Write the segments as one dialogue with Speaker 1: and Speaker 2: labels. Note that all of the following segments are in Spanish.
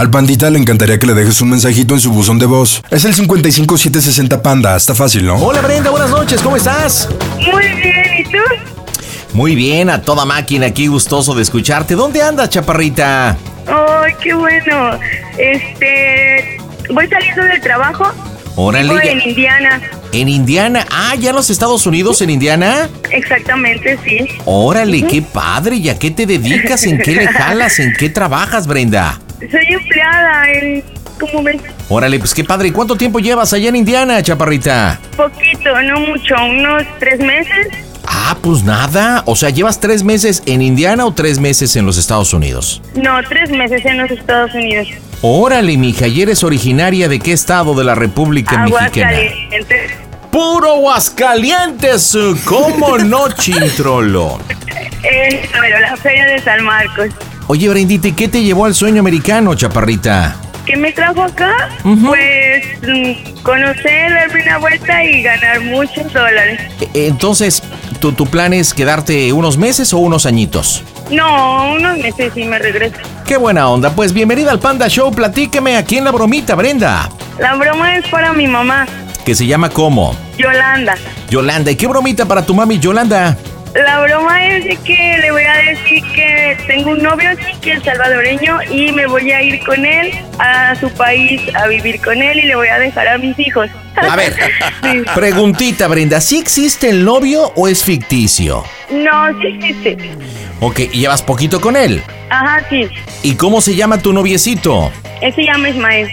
Speaker 1: Al pandita le encantaría que le dejes un mensajito en su buzón de voz. Es el 55760 Panda, está fácil, ¿no?
Speaker 2: Hola Brenda, buenas noches, ¿cómo estás?
Speaker 3: Muy bien, ¿y tú?
Speaker 2: Muy bien, a toda máquina, aquí gustoso de escucharte. ¿Dónde andas, chaparrita?
Speaker 3: Ay, qué bueno. Este, voy saliendo del trabajo.
Speaker 2: Órale.
Speaker 3: Vivo
Speaker 2: ya-
Speaker 3: en Indiana.
Speaker 2: En Indiana. Ah, ya en los Estados Unidos, en Indiana.
Speaker 3: Exactamente, sí.
Speaker 2: Órale, qué padre. ¿Y a qué te dedicas? ¿En qué le jalas? ¿En qué trabajas, Brenda?
Speaker 3: Soy empleada en como ven,
Speaker 2: Órale, pues qué padre. ¿Y cuánto tiempo llevas allá en Indiana, chaparrita?
Speaker 3: poquito, no mucho, unos tres meses.
Speaker 2: Ah, pues nada. O sea, ¿llevas tres meses en Indiana o tres meses en los Estados Unidos?
Speaker 3: No, tres meses en los Estados Unidos.
Speaker 2: Órale, mija, ¿y eres originaria de qué estado de la República Mexicana?
Speaker 3: Aguascalientes.
Speaker 2: ¡Puro Aguascalientes! ¿Cómo no, chintrolo?
Speaker 3: Eh, pero la feria de San Marcos.
Speaker 2: Oye, Brendita, ¿y qué te llevó al sueño americano, chaparrita?
Speaker 3: ¿Qué me trajo acá?
Speaker 2: Ujú.
Speaker 3: Pues mm, conocer, darme una vuelta y ganar muchos dólares.
Speaker 2: E- Entonces, ¿tu, tu plan es quedarte unos meses o unos añitos?
Speaker 3: No, unos meses y me regreso.
Speaker 2: ¡Qué buena onda! Pues bienvenida al Panda Show. Platícame aquí en la bromita, Brenda.
Speaker 3: La broma es para mi mamá,
Speaker 2: Que se llama ¿Cómo?
Speaker 3: Yolanda.
Speaker 2: Yolanda. ¿Y qué bromita para tu mami, Yolanda?
Speaker 3: La broma es de que le voy a decir que tengo un novio aquí que es salvadoreño y me voy a ir con él a su país a vivir con él y le voy a dejar a mis hijos.
Speaker 2: A ver.
Speaker 3: Sí.
Speaker 2: Preguntita, Brenda. ¿Sí existe el novio o es ficticio?
Speaker 3: No, sí, sí, sí.
Speaker 2: Ok, ¿y llevas poquito con él?
Speaker 3: Ajá, sí.
Speaker 2: ¿Y cómo se llama tu noviecito?
Speaker 3: Ese llama Ismael.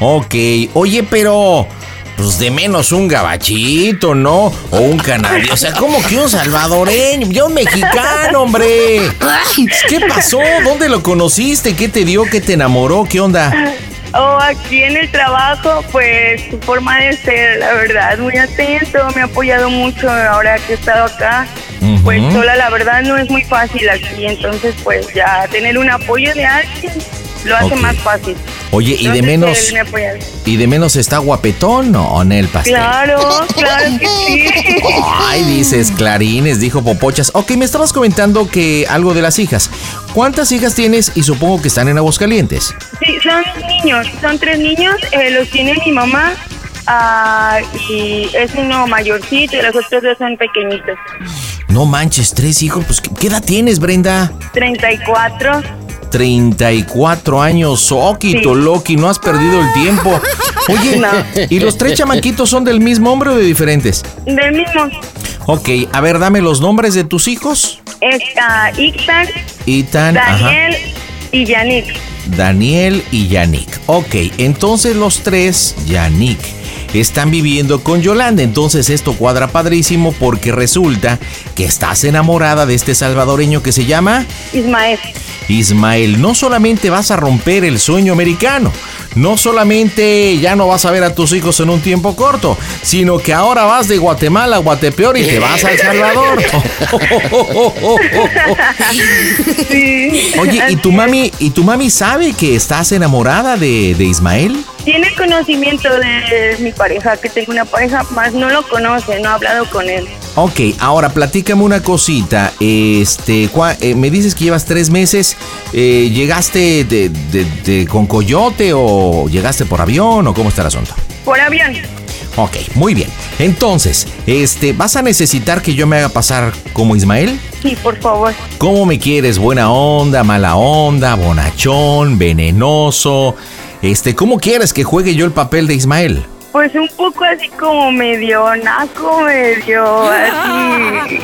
Speaker 2: Ok, oye, pero. Pues de menos un gabachito, ¿no? O un canario. O sea, ¿cómo que un salvadoreño? Yo un mexicano, hombre. Pues, ¿Qué pasó? ¿Dónde lo conociste? ¿Qué te dio? ¿Qué te enamoró? ¿Qué onda?
Speaker 3: Oh, aquí en el trabajo, pues su forma de ser, la verdad, muy atento, me ha apoyado mucho ahora que he estado acá.
Speaker 2: Ujú.
Speaker 3: Pues sola, la verdad, no es muy fácil aquí, entonces pues ya tener un apoyo de alguien lo hace
Speaker 2: Ok.
Speaker 3: más fácil.
Speaker 2: Oye, y de
Speaker 3: Entonces,
Speaker 2: menos.
Speaker 3: él me apoya.
Speaker 2: Y de menos está guapetón o en el pastel.
Speaker 3: Claro, claro que sí.
Speaker 2: Ay, dices clarines, dijo Popochas. Ok, me estabas comentando que algo de las hijas. ¿Cuántas hijas tienes? Y supongo que están en Aguascalientes.
Speaker 3: Sí, son niños, son tres niños, eh, los tiene mi mamá ah, y es uno mayorcito y los otros dos son pequeñitos.
Speaker 2: No manches, tres hijos. Pues, ¿qué- ¿qué edad tienes, Brenda?
Speaker 3: 34.
Speaker 2: 34 años, Oki,
Speaker 3: Sí.
Speaker 2: Toloki, no has perdido el tiempo. Oye,
Speaker 3: No.
Speaker 2: ¿y los tres chamaquitos son del mismo hombre o de diferentes?
Speaker 3: Del mismo.
Speaker 2: Ok, a ver, dame los nombres de tus hijos.
Speaker 3: Está Ixtan,
Speaker 2: Itan, ajá,
Speaker 3: Daniel y Yannick.
Speaker 2: Daniel y Yannick. Ok, entonces los tres, Yannick, están viviendo con Yolanda. Entonces esto cuadra padrísimo porque resulta que estás enamorada de este salvadoreño que se llama...
Speaker 3: Ismael.
Speaker 2: Ismael, no solamente vas a romper el sueño americano, no solamente ya no vas a ver a tus hijos en un tiempo corto, sino que ahora vas de Guatemala a Guatepeor y te vas a El Salvador.
Speaker 3: Sí.
Speaker 2: Oye, ¿y tu mami, y tu mami sabe que estás enamorada de, de Ismael?
Speaker 3: Tiene conocimiento de mi pareja, que tengo una pareja, más no lo conoce, no ha hablado con él.
Speaker 2: Ok, ahora platícame una cosita. Este, cua- eh, me dices que llevas tres meses. eh, ¿Llegaste de- de- de- con coyote o llegaste por avión o cómo está el asunto?
Speaker 3: Por avión.
Speaker 2: Ok, muy bien. Entonces, este, ¿vas a necesitar que yo me haga pasar como Ismael?
Speaker 3: Sí, por favor.
Speaker 2: ¿Cómo me quieres? ¿Buena onda, mala onda, bonachón, venenoso? Este, ¿cómo quieres que juegue yo el papel de Ismael?
Speaker 3: Pues un poco así como medio naco, medio así.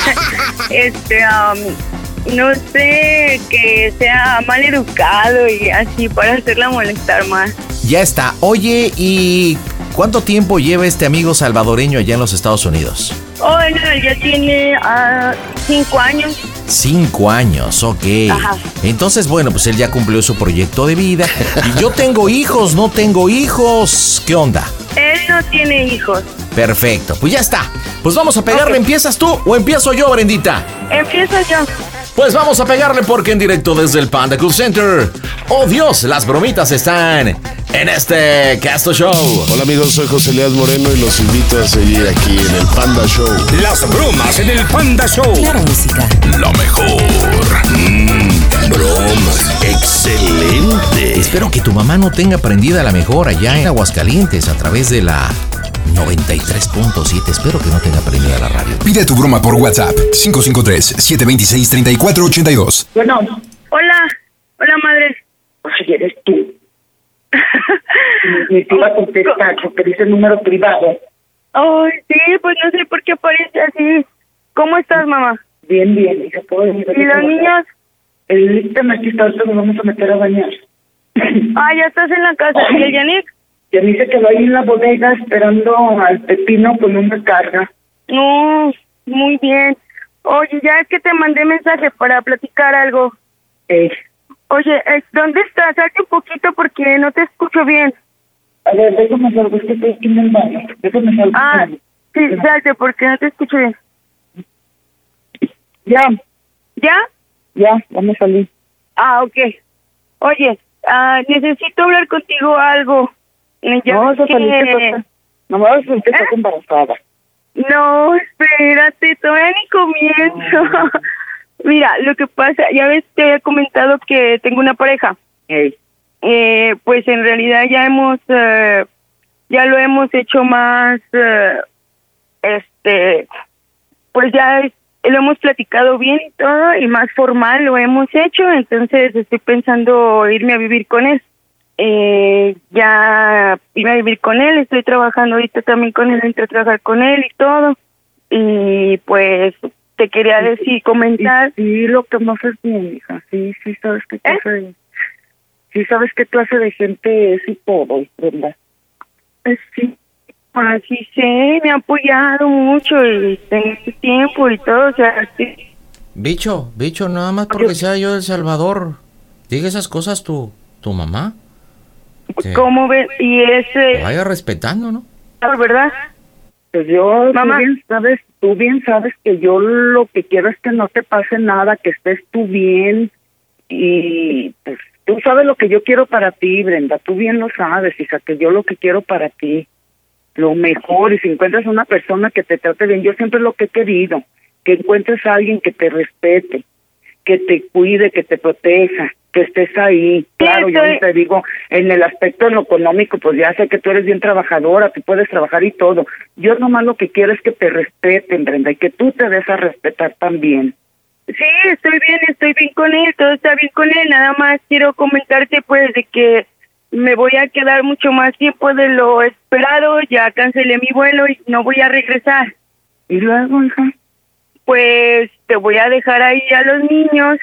Speaker 3: este, um, no sé, que sea mal educado y así para hacerla molestar más.
Speaker 2: Ya está. Oye, ¿y cuánto tiempo lleva este amigo salvadoreño allá en los Estados Unidos?
Speaker 3: Oh, no, ya tiene ah, cinco años.
Speaker 2: Cinco años, ok.
Speaker 3: Ajá.
Speaker 2: Entonces, bueno, pues él ya cumplió su proyecto de vida. Y yo tengo hijos, no tengo hijos. ¿Qué onda?
Speaker 3: Él no tiene hijos.
Speaker 2: Perfecto, pues ya está. Pues vamos a pegarle. ¿Empiezas tú o empiezo yo, Brendita?
Speaker 3: Empiezo yo.
Speaker 2: Pues vamos a pegarle porque en directo desde el Panda Cool Center. Oh Dios, las bromitas están en este Casto Show.
Speaker 4: Hola amigos, soy José Elías Moreno y los invito a seguir aquí en el Panda Show.
Speaker 5: Las bromas en el Panda Show.
Speaker 6: Claro, música.
Speaker 5: Lo mejor. bromas. Excelente.
Speaker 2: Espero que tu mamá no tenga prendida la mejor allá en Aguascalientes a través de la 93.7. Espero que no tenga prendida la radio.
Speaker 1: Pide tu broma por WhatsApp 553-726-3482.
Speaker 7: Bueno,
Speaker 3: Hola, hola madre.
Speaker 7: si eres tú. Me te iba a contestar porque dice número privado.
Speaker 3: Ay, sí, pues no sé por qué aparece así. ¿Cómo estás, mamá?
Speaker 7: Bien, bien, hija, puedo venir.
Speaker 3: ¿Y los niños?
Speaker 7: El tema aquí está, ahorita nos vamos a meter a bañar.
Speaker 3: Ah, ya estás en la casa. ¿Y el Yannick?
Speaker 7: Ya me dice que va ahí en la bodega esperando al pepino con una carga.
Speaker 3: No, muy bien. Oye, ya es que te mandé mensaje para platicar algo.
Speaker 7: Eh,
Speaker 3: Oye, eh, ¿dónde estás? Salte un poquito porque no te escucho bien.
Speaker 7: a ver, déjame salgo, es que estoy aquí en el baño. Déjame salgo.
Speaker 3: Ah, sí, salte porque no te escucho bien.
Speaker 7: Ya,
Speaker 3: ¿Ya?
Speaker 7: ya, vamos a salir.
Speaker 3: Ah, ok. Oye, ah, necesito hablar contigo algo. Eh, ya
Speaker 7: no vas a
Speaker 3: que-
Speaker 7: salir, ¿qué pasa? No me vas a salir que estás
Speaker 3: ¿Eh?
Speaker 7: embarazada.
Speaker 3: No, espérate, todavía ni comienzo. Mira, lo que pasa, ya ves, te había comentado que tengo una pareja.
Speaker 7: Ey,
Speaker 3: Eh, pues en realidad ya hemos, eh, ya lo hemos hecho más, eh, este, pues ya es- lo hemos platicado bien y todo, y más formal lo hemos hecho, entonces estoy pensando irme a vivir con él. Eh, ya irme a vivir con él, estoy trabajando ahorita también con él, entré a trabajar con él y todo, y pues te quería decir, comentar.
Speaker 7: Sí, lo que más es bien, hija. Sí, sí, sabes qué clase de... Sí, sabes qué clase de gente es y todo, ¿verdad?
Speaker 3: Sí, así sé, me ha apoyado mucho y en este tiempo y todo, o sea, sí.
Speaker 2: Bicho, bicho, nada más porque sea yo del Salvador. Diga esas cosas tu, tu mamá. Sí.
Speaker 3: ¿cómo ves? Y
Speaker 2: Te
Speaker 3: ese,
Speaker 2: vaya respetando, ¿no?
Speaker 3: ¿verdad?
Speaker 7: Pues yo,
Speaker 3: Mamá.
Speaker 7: tú bien sabes, tú bien sabes que yo lo que quiero es que no te pase nada, que estés tú bien y pues tú sabes lo que yo quiero para ti, Brenda, tú bien lo sabes, hija, que yo lo que quiero para ti, lo mejor y si encuentras una persona que te trate bien, yo siempre lo que he querido, que encuentres a alguien que te respete, que te cuide, que te proteja, que estés ahí. Claro, yo
Speaker 3: estoy-
Speaker 7: no te digo, en el aspecto en lo económico, pues ya sé que tú eres bien trabajadora, tú puedes trabajar y todo. Yo nomás lo que quiero es que te respeten, Brenda, y que tú te des a respetar también.
Speaker 3: Sí, estoy bien, estoy bien con él, todo está bien con él, nada más quiero comentarte pues de que me voy a quedar mucho más tiempo de lo esperado, ya cancelé mi vuelo y no voy a regresar.
Speaker 7: Y luego, hija,
Speaker 3: pues te voy a dejar ahí a los niños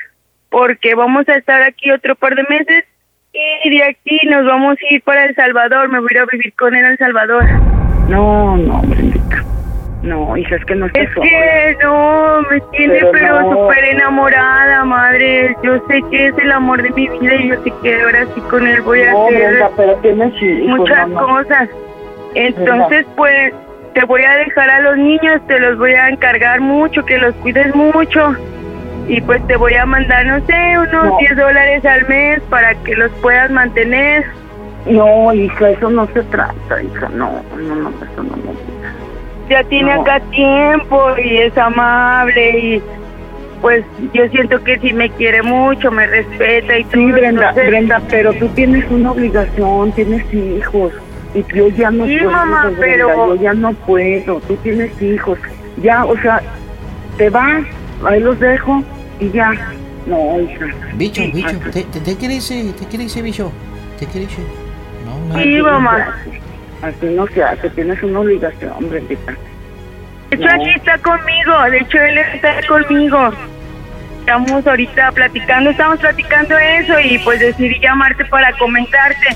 Speaker 3: porque vamos a estar aquí otro par de meses y de aquí nos vamos a ir para El Salvador, me voy a ir a vivir con él a El Salvador.
Speaker 7: no, no, Brendita. No, hija, es que no estés
Speaker 3: Es
Speaker 7: sola.
Speaker 3: que no, me tiene
Speaker 7: Pero
Speaker 3: pero,
Speaker 7: no.
Speaker 3: súper enamorada, madre. Yo sé que es el amor de mi vida y yo sé que ahora sí con él voy a
Speaker 7: No,
Speaker 3: hacer
Speaker 7: Brenda, pero tienes hijos,
Speaker 3: muchas
Speaker 7: pues, mamá.
Speaker 3: cosas. Entonces, pues, te voy a dejar a los niños, te los voy a encargar mucho, que los cuides mucho. Y pues te voy a mandar, no sé, unos
Speaker 7: No.
Speaker 3: 10 dólares al mes para que los puedas mantener.
Speaker 7: No, hija, eso no se trata, hija, no, no, no, eso no me
Speaker 3: Ya tiene
Speaker 7: No.
Speaker 3: acá tiempo y es amable y pues yo siento que sí me quiere mucho, me respeta y
Speaker 7: Sí,
Speaker 3: todo,
Speaker 7: Brenda,
Speaker 3: entonces-
Speaker 7: Brenda, pero tú tienes una obligación, tienes hijos. Y yo ya no
Speaker 3: Sí,
Speaker 7: puedo,
Speaker 3: mamá,
Speaker 7: Brenda,
Speaker 3: pero-
Speaker 7: yo ya no puedo. Tú tienes hijos. Ya, o sea, te vas, ahí los dejo y ya. No, hija.
Speaker 2: Bicho,
Speaker 7: Sí,
Speaker 2: bicho,
Speaker 7: hasta-
Speaker 2: te, te, te quiere irse, te quiere irse, bicho. Te quiere irse. No, no.
Speaker 3: Sí, mamá.
Speaker 7: Así no se hace, tienes una obligación, Brendita.
Speaker 3: De hecho, aquí está conmigo. De hecho, él está conmigo. Estamos ahorita platicando, estamos platicando eso y pues decidí llamarte para comentarte.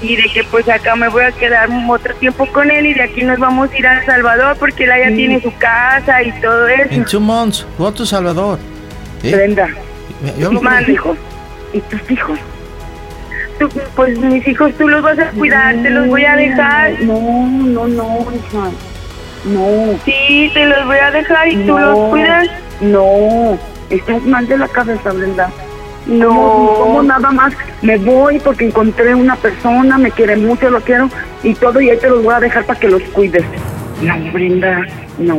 Speaker 3: Y de que pues acá me voy a quedar un otro tiempo con él y de aquí nos vamos a ir a El Salvador porque él ya tiene su casa y todo eso.
Speaker 2: In two months, go to Salvador. ¿Eh?
Speaker 7: Brenda,
Speaker 2: Yo hablo
Speaker 3: Man.
Speaker 7: ¿tus hijos? ¿Y tus hijos?
Speaker 3: Tú, pues mis hijos tú los vas a cuidar, te los voy a dejar.
Speaker 7: No, no, no, hija. No.
Speaker 3: Sí, te los voy a dejar y tú
Speaker 7: no,
Speaker 3: los cuidas.
Speaker 7: No. Estás mal de la cabeza, Brenda.
Speaker 3: No.
Speaker 7: Como, como nada más me voy porque encontré una persona, me quiere mucho, lo quiero y todo, y ahí te los voy a dejar para que los cuides. No, Brenda, no,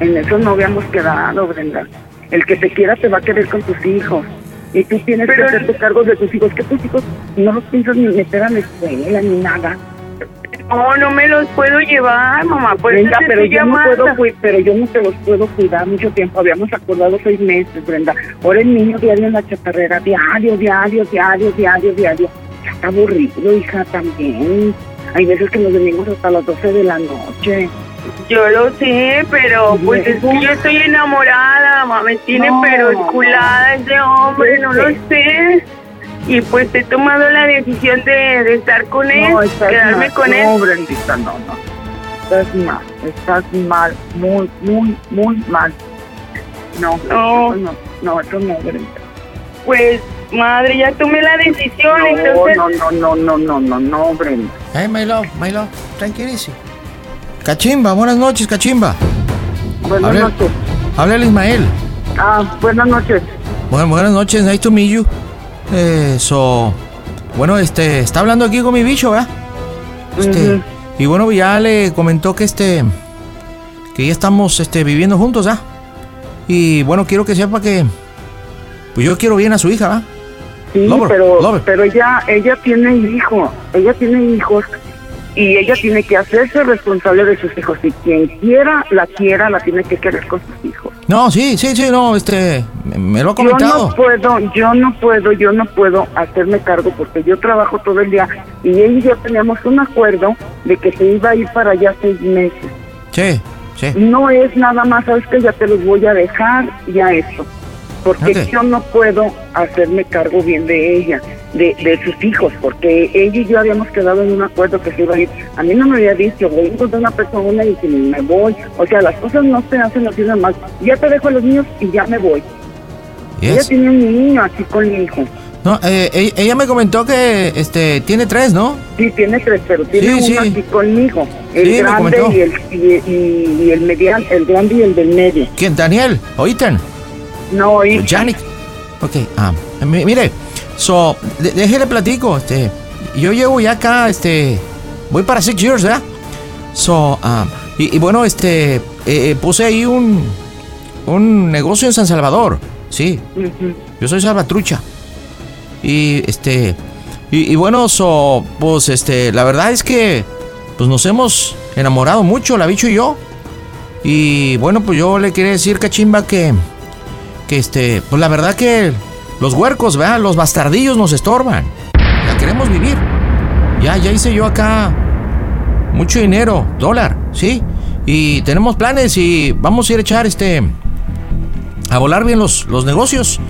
Speaker 7: en eso no habíamos quedado, Brenda. El que te quiera te va a querer con tus hijos. Y tú tienes
Speaker 3: Pero-
Speaker 7: que hacerte cargo de tus hijos, que tus hijos no los piensas ni meter a la escuela ni nada.
Speaker 3: No, no me los puedo llevar, mamá. Por
Speaker 7: Brenda,
Speaker 3: eso te
Speaker 7: pero
Speaker 3: estoy
Speaker 7: yo, no
Speaker 3: llamando.
Speaker 7: puedo, cui- pero yo no te los puedo cuidar mucho tiempo. Habíamos acordado seis meses, Brenda. Ahora el niño diario en la chatarrera, diario, diario, diario, diario, diario. Ya está aburrido, hija, también. Hay veces que nos venimos hasta las 12 de la noche.
Speaker 3: Yo lo sé, pero pues es que yo estoy enamorada, mamá, me tiene
Speaker 7: No. Pues,
Speaker 3: pero enculada ese hombre, no lo sé. Y pues he tomado la decisión de, de estar con él,
Speaker 7: estás
Speaker 3: quedarme
Speaker 7: mal.
Speaker 3: con
Speaker 7: No,
Speaker 3: él.
Speaker 7: Brendita, no, no. Estás mal, estás mal, muy, muy, muy mal. No,
Speaker 3: No.
Speaker 7: no, no, eso no, Brenda.
Speaker 3: Pues madre, ya tomé la decisión,
Speaker 7: No,
Speaker 3: entonces
Speaker 7: no, no, no, no, no, no, no, Brenda.
Speaker 2: Hey, my love, my love, tranquilísimo. Cachimba, buenas noches, Cachimba.
Speaker 7: Buenas
Speaker 2: Habla-
Speaker 7: noches.
Speaker 2: Habla el Ismael.
Speaker 7: Ah, buenas noches.
Speaker 2: Bueno, buenas noches, nice to meet you. Eh, so, bueno, este, está hablando aquí con mi bicho, ¿verdad? Este,
Speaker 7: Ujú.
Speaker 2: y bueno, ya le comentó que este, que ya estamos, este, viviendo juntos, ¿ah? Y bueno, quiero que sepa que, pues yo quiero bien a su hija, ¿verdad?
Speaker 7: Sí,
Speaker 2: Lover,
Speaker 7: pero
Speaker 2: lover.
Speaker 7: pero ella ella tiene hijo, ella tiene hijos y ella tiene que hacerse responsable de sus hijos y quien quiera la quiera la tiene que querer con sus hijos.
Speaker 2: No, sí, sí, sí, no, este, me, me lo ha
Speaker 7: Yo
Speaker 2: comentado.
Speaker 7: no puedo, yo no puedo, yo no puedo hacerme cargo porque yo trabajo todo el día y ella y yo teníamos un acuerdo de que se iba a ir para allá seis meses.
Speaker 2: Sí, sí.
Speaker 7: No es nada más, sabes que ya te los voy a dejar, ya eso. Porque
Speaker 2: Ok.
Speaker 7: yo no puedo hacerme cargo bien de ella, de, de sus hijos, porque ella y yo habíamos quedado en un acuerdo que se iba a ir. A mí no me había dicho, voy a encontrar una persona y si me voy. O sea, las cosas no se hacen así nada más. Ya te dejo a los niños y ya me voy. Ella
Speaker 2: yes.
Speaker 7: tiene un niño así con mi hijo.
Speaker 2: No, eh, e- ella me comentó que, este, tiene tres, ¿no?
Speaker 7: Sí, tiene tres, pero tiene
Speaker 2: Sí,
Speaker 7: uno
Speaker 2: sí.
Speaker 7: así conmigo. El
Speaker 2: Sí, me
Speaker 7: grande
Speaker 2: comentó.
Speaker 7: y el, y, y- y el mediano, el grande y el del medio.
Speaker 2: ¿Quién? Daniel, o Ethan.
Speaker 7: No, y
Speaker 2: Janik. Ok, ah, mi- mire, so, de- déjele platico, este, yo llevo ya acá, este, voy para Six Years, ¿verdad? So, ah, y, y bueno, este, eh, eh, puse ahí un, un negocio en San Salvador, sí, yo soy salvatrucha. Y este. Y, y bueno, so, pues este, la verdad es que pues nos hemos enamorado mucho, la bicho y yo. Y bueno, pues yo le quería decir, cachimba, que. Que este. Pues la verdad que los huercos, ¿verdad? Los bastardillos nos estorban. La queremos vivir. Ya, ya hice yo acá. Mucho dinero, dólar, ¿sí? Y tenemos planes y vamos a ir a echar este a volar bien los, los negocios.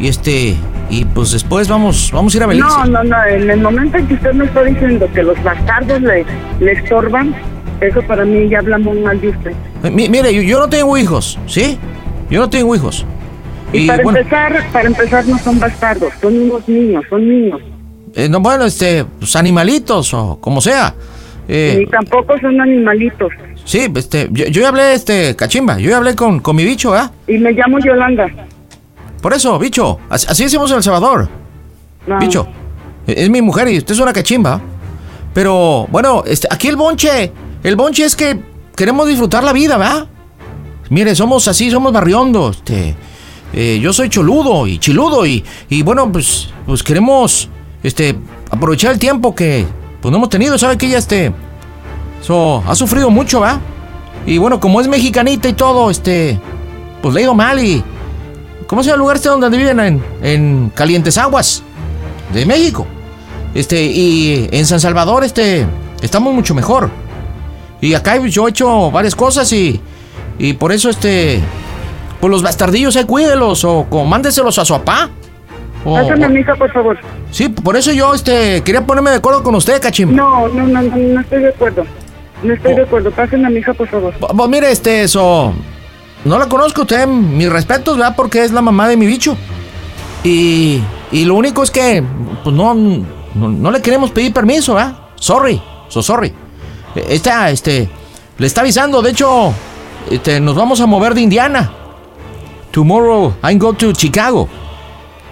Speaker 2: Y este, y pues después vamos, vamos a ir a Belice.
Speaker 7: No, no, no. En el momento en que usted me está diciendo que los bastardos le, le estorban, eso para mí ya habla muy mal de usted.
Speaker 2: Eh, mi- mire, yo, yo no tengo hijos, ¿sí? Yo no tengo hijos.
Speaker 7: Y,
Speaker 2: Y,
Speaker 7: para
Speaker 2: bueno,
Speaker 7: empezar, para empezar no son bastardos, son unos niños, son niños.
Speaker 2: eh, no, bueno, este, pues animalitos o como sea. Eh,
Speaker 7: Ni tampoco son animalitos.
Speaker 2: sí, este, yo, yo ya hablé, este, cachimba, yo ya hablé con, con mi bicho, ¿verdad?
Speaker 7: Y me llamo Yolanda.
Speaker 2: Por eso, bicho, así, así decimos en El Salvador.
Speaker 7: No.
Speaker 2: Bicho, e, es es mi mujer y usted es una cachimba. Pero bueno, este, aquí el bonche, el bonche es que queremos disfrutar la vida, ¿verdad? Mire, somos así, somos barriondos. Este, eh, yo soy choludo y chiludo y, y bueno, pues, pues queremos este, aprovechar el tiempo que pues, no hemos tenido. ¿Sabe que ella este, so, ha sufrido mucho, ¿verdad? Y bueno, como es mexicanita y todo, este, pues le digo mal y... ¿Cómo se llama el lugar este donde viven? En, en Calientes Aguas, de México. Este, y en San Salvador, este, estamos mucho mejor. Y acá yo he hecho varias cosas y, y por eso, este, pues los bastardillos, eh, cuídelos o, o mándeselos a su papá. O-
Speaker 7: Pásame a
Speaker 2: o-
Speaker 7: mi hija, por favor.
Speaker 2: sí, por eso yo, este, quería ponerme de acuerdo con usted, Cachim.
Speaker 7: No, no, no, no, no estoy de acuerdo. No estoy de
Speaker 2: Oh.
Speaker 7: acuerdo. Pásenme a mi hija, por favor.
Speaker 2: Pues pues, mire, este, eso. No la conozco usted, mis respetos, ¿verdad? Porque es la mamá de mi bicho. Y, y lo único es que, pues no, no, no le queremos pedir permiso, ¿verdad? Sorry, so sorry. Eh, Esta, este, le está avisando, de hecho, este, nos vamos a mover de Indiana. Tomorrow I'm going to Chicago.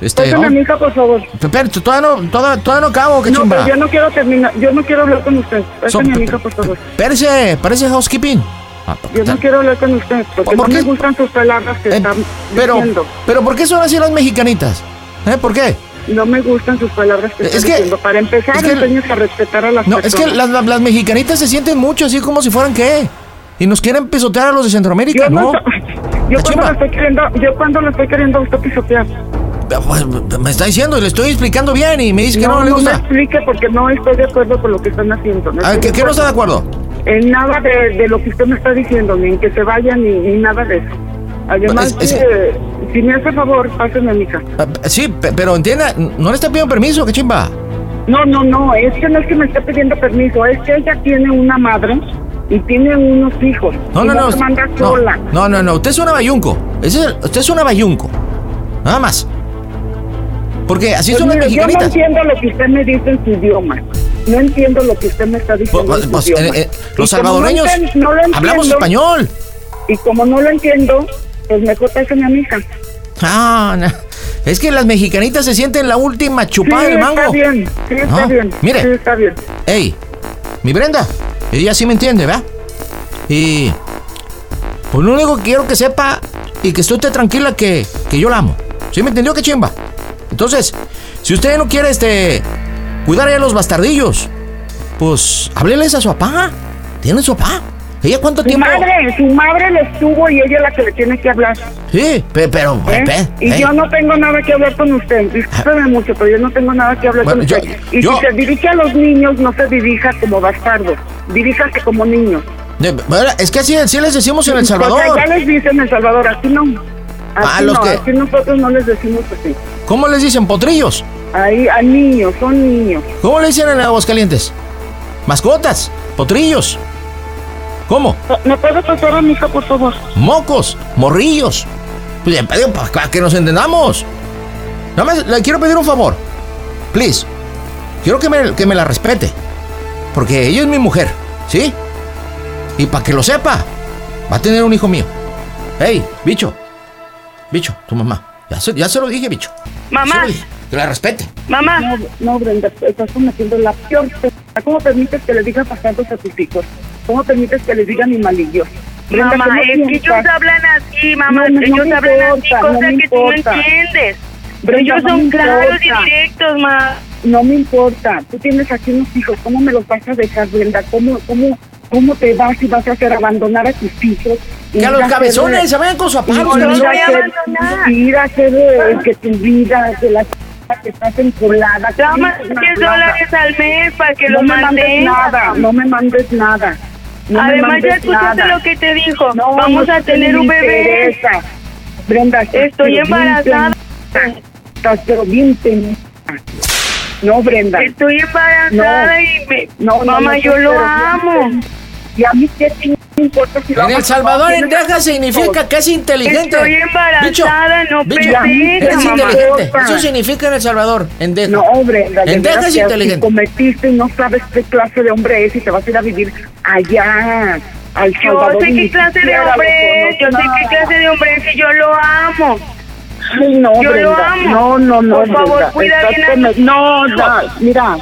Speaker 2: Este,
Speaker 7: Pásame a
Speaker 2: vamos-
Speaker 7: mi hija, por favor.
Speaker 2: Pero todavía no, todavía, todavía no acabo, que
Speaker 7: No,
Speaker 2: chimba.
Speaker 7: pero yo no quiero terminar. Yo no quiero hablar con usted.
Speaker 2: So-
Speaker 7: Pásame a mi hija, por favor.
Speaker 2: Espérese, parece housekeeping. Ah,
Speaker 7: Yo no quiero hablar con usted porque
Speaker 2: ¿Por
Speaker 7: no
Speaker 2: qué?
Speaker 7: me gustan sus palabras que
Speaker 2: Eh,
Speaker 7: están
Speaker 2: pero,
Speaker 7: diciendo.
Speaker 2: pero ¿por qué son así las mexicanitas? ¿Eh? ¿Por qué?
Speaker 7: No me gustan sus palabras que
Speaker 2: Es
Speaker 7: están
Speaker 2: que-
Speaker 7: diciendo. Para empezar,
Speaker 2: es que-
Speaker 7: enseñes a respetar a las
Speaker 2: No, es
Speaker 7: personas.
Speaker 2: que las, las- las mexicanitas se sienten mucho así como si fueran qué. Y nos quieren pisotear a los de Centroamérica,
Speaker 7: Yo no.
Speaker 2: ¿no?
Speaker 7: Yo cuando
Speaker 2: Cachimba.
Speaker 7: lo estoy queriendo, yo cuando lo estoy queriendo a usted pisotear.
Speaker 2: Pues, Me está diciendo, le estoy explicando bien y me dice que no, le
Speaker 7: me
Speaker 2: gusta.
Speaker 7: explique porque no estoy de acuerdo con lo que están haciendo.
Speaker 2: A ver,
Speaker 7: estoy
Speaker 2: ¿qué,
Speaker 7: de
Speaker 2: qué no está de
Speaker 7: acuerdo
Speaker 2: acuerdo?
Speaker 7: En nada de, de lo que usted me está diciendo, ni en que se vayan, ni, ni nada de eso. Además,
Speaker 2: Es- es que-
Speaker 7: eh, si me hace favor, pásenme a mi hija.
Speaker 2: Ah, p- Sí, pe- pero entienda, no le está pidiendo permiso, qué chimba.
Speaker 7: No, no, no, es que no es que me esté pidiendo permiso, es que ella tiene una madre y tiene unos hijos.
Speaker 2: No,
Speaker 7: y
Speaker 2: no, no.
Speaker 7: se manda
Speaker 2: No,
Speaker 7: sola.
Speaker 2: no, no, no, usted es una bayunco. Ese es el- Usted es una bayunco. Nada más. Porque así
Speaker 7: Pues
Speaker 2: son las
Speaker 7: mire, yo no
Speaker 2: mexicanitas.
Speaker 7: entiendo lo que usted me dice en su idioma. No entiendo lo que usted me está diciendo.
Speaker 2: Pues,
Speaker 7: en su
Speaker 2: pues,
Speaker 7: idioma.
Speaker 2: eh, eh,
Speaker 7: Y
Speaker 2: los
Speaker 7: como no
Speaker 2: salvadoreños
Speaker 7: enten- no lo
Speaker 2: hablamos
Speaker 7: entiendo,
Speaker 2: español.
Speaker 7: Y como no lo entiendo, pues mejor pásenme a mi hija.
Speaker 2: Ah, na- es que las mexicanitas se sienten la última chupada
Speaker 7: sí,
Speaker 2: del mango.
Speaker 7: está bien, sí, está
Speaker 2: No,
Speaker 7: bien.
Speaker 2: mire.
Speaker 7: Sí, está bien.
Speaker 2: Ey, mi Brenda, ella sí me entiende, ¿verdad? Y pues lo único que quiero que sepa y que esté usted tranquila que, que yo la amo. ¿Sí me entendió qué chimba? Entonces, si usted no quiere este cuidar a los bastardillos, pues hábleles a su papá. ¿Tiene su papá? ¿Ella cuánto
Speaker 7: Su
Speaker 2: tiempo?
Speaker 7: madre, su madre le estuvo y ella es la que le tiene que hablar.
Speaker 2: Sí, pe- pero,
Speaker 7: ¿eh?
Speaker 2: pe-
Speaker 7: Y
Speaker 2: ey.
Speaker 7: yo no tengo nada que hablar con usted. Discúlpeme mucho, pero yo no tengo nada que hablar
Speaker 2: Bueno,
Speaker 7: con
Speaker 2: yo-
Speaker 7: usted. y
Speaker 2: yo-
Speaker 7: si se dirige a los niños, no se dirija como bastardo. Diríjase como niños.
Speaker 2: De- bueno, es que así, así les decimos en El Salvador.
Speaker 7: O sea, ya les dicen El Salvador, aquí no. Aquí
Speaker 2: Ah, los
Speaker 7: no,
Speaker 2: que-
Speaker 7: aquí nosotros no les decimos así.
Speaker 2: ¿Cómo les dicen? ¿Potrillos?
Speaker 7: Ahí a niños, son niños.
Speaker 2: ¿Cómo le dicen en Aguascalientes? Mascotas, potrillos. ¿Cómo?
Speaker 7: ¿Me puede pasar a mi hija, por favor?
Speaker 2: Mocos, morrillos. Pues, eh, pero pa- para que nos entendamos. Nada más le quiero pedir un favor. Please. Quiero que me, que me la respete. Porque ella es mi mujer, ¿sí? Y para que lo sepa, va a tener un hijo mío. Hey, bicho. Bicho, tu mamá. Ya se, ya se lo dije, bicho. Se
Speaker 3: Mamá,
Speaker 2: lo dije. Que la respete.
Speaker 3: mamá,
Speaker 7: No, no, Brenda, estás cometiendo la peor pena. ¿Cómo permites que le digan bastantes a tus hijos? ¿Cómo permites que les digan animalillos? Brenda,
Speaker 3: mamá,
Speaker 7: ¿cómo
Speaker 3: es que
Speaker 7: piensas?
Speaker 3: ellos hablan así, mamá,
Speaker 7: No, no, no
Speaker 3: ellos
Speaker 7: me
Speaker 3: hablan
Speaker 7: importa,
Speaker 3: así,
Speaker 7: no
Speaker 3: cosa
Speaker 7: me
Speaker 3: que tú no
Speaker 7: importa.
Speaker 3: entiendes.
Speaker 7: Brenda,
Speaker 3: ellos
Speaker 7: no me
Speaker 3: son claros y
Speaker 7: importa.
Speaker 3: directos, mamá.
Speaker 7: No me importa. Tú tienes aquí unos hijos. ¿Cómo me los vas a dejar, Brenda? ¿Cómo, cómo, cómo te vas y vas a hacer abandonar a tus hijos? Y
Speaker 2: Que a los
Speaker 7: vas hacer-
Speaker 2: cabezones se vayan con su papá.
Speaker 7: Y
Speaker 2: los
Speaker 3: no,
Speaker 2: cabezones.
Speaker 3: voy
Speaker 7: mira
Speaker 3: a
Speaker 7: que-
Speaker 3: abandonar.
Speaker 7: mira que, de- que tu vida, que la que estás encolada. que
Speaker 3: Dame
Speaker 7: tienes
Speaker 3: 10
Speaker 7: una plaga.
Speaker 3: dólares al mes para que
Speaker 7: no
Speaker 3: lo
Speaker 7: me mandes nada,
Speaker 3: mantengas.
Speaker 7: no me mandes nada. no me
Speaker 3: Además, ya
Speaker 7: mandes
Speaker 3: escuchaste
Speaker 7: nada.
Speaker 3: lo que te dijo.
Speaker 7: No,
Speaker 3: Vamos
Speaker 7: no
Speaker 3: a
Speaker 7: te
Speaker 3: tener un bebé.
Speaker 7: interesa. Brenda, estás
Speaker 3: Estoy
Speaker 7: pero bien
Speaker 3: embarazada.
Speaker 7: pendeja. Estás pero bien pendeja. No, Brenda.
Speaker 3: Estoy embarazada
Speaker 7: No.
Speaker 3: y me-
Speaker 7: No, no,
Speaker 3: mamá,
Speaker 7: no,
Speaker 3: yo
Speaker 7: pero
Speaker 3: lo
Speaker 7: bien
Speaker 3: amo.
Speaker 7: pendeja. Y a mí qué chingada me importa si lo
Speaker 2: En
Speaker 7: amas
Speaker 2: El
Speaker 7: o no,
Speaker 2: Salvador, en
Speaker 7: tienes
Speaker 2: Texas, significa que es inteligente.
Speaker 3: Estoy embarazada, no pendeja,
Speaker 2: eres
Speaker 7: mamá.
Speaker 2: inteligente.
Speaker 7: Opa.
Speaker 2: Eso significa en El Salvador, en Texas.
Speaker 7: No, Brenda, de
Speaker 2: En
Speaker 7: veras
Speaker 2: Texas
Speaker 7: que
Speaker 2: inteligente.
Speaker 7: si cometiste y no sabes qué clase de hombre es y te vas a ir a vivir allá, al
Speaker 3: Yo
Speaker 7: Salvador.
Speaker 3: sé
Speaker 7: y ni
Speaker 3: qué clase de
Speaker 7: siquiera lo
Speaker 3: hombre es, yo sé
Speaker 7: conoces.
Speaker 3: qué clase de hombre es y yo lo amo.
Speaker 7: Ay, no,
Speaker 3: Yo
Speaker 7: Brenda.
Speaker 3: lo amo.
Speaker 7: No, no, no,
Speaker 3: Por favor,
Speaker 7: Brenda.
Speaker 3: cuida
Speaker 7: Estás
Speaker 3: bien a
Speaker 7: come-
Speaker 3: mis
Speaker 7: No,
Speaker 3: hijos.
Speaker 7: no, mira.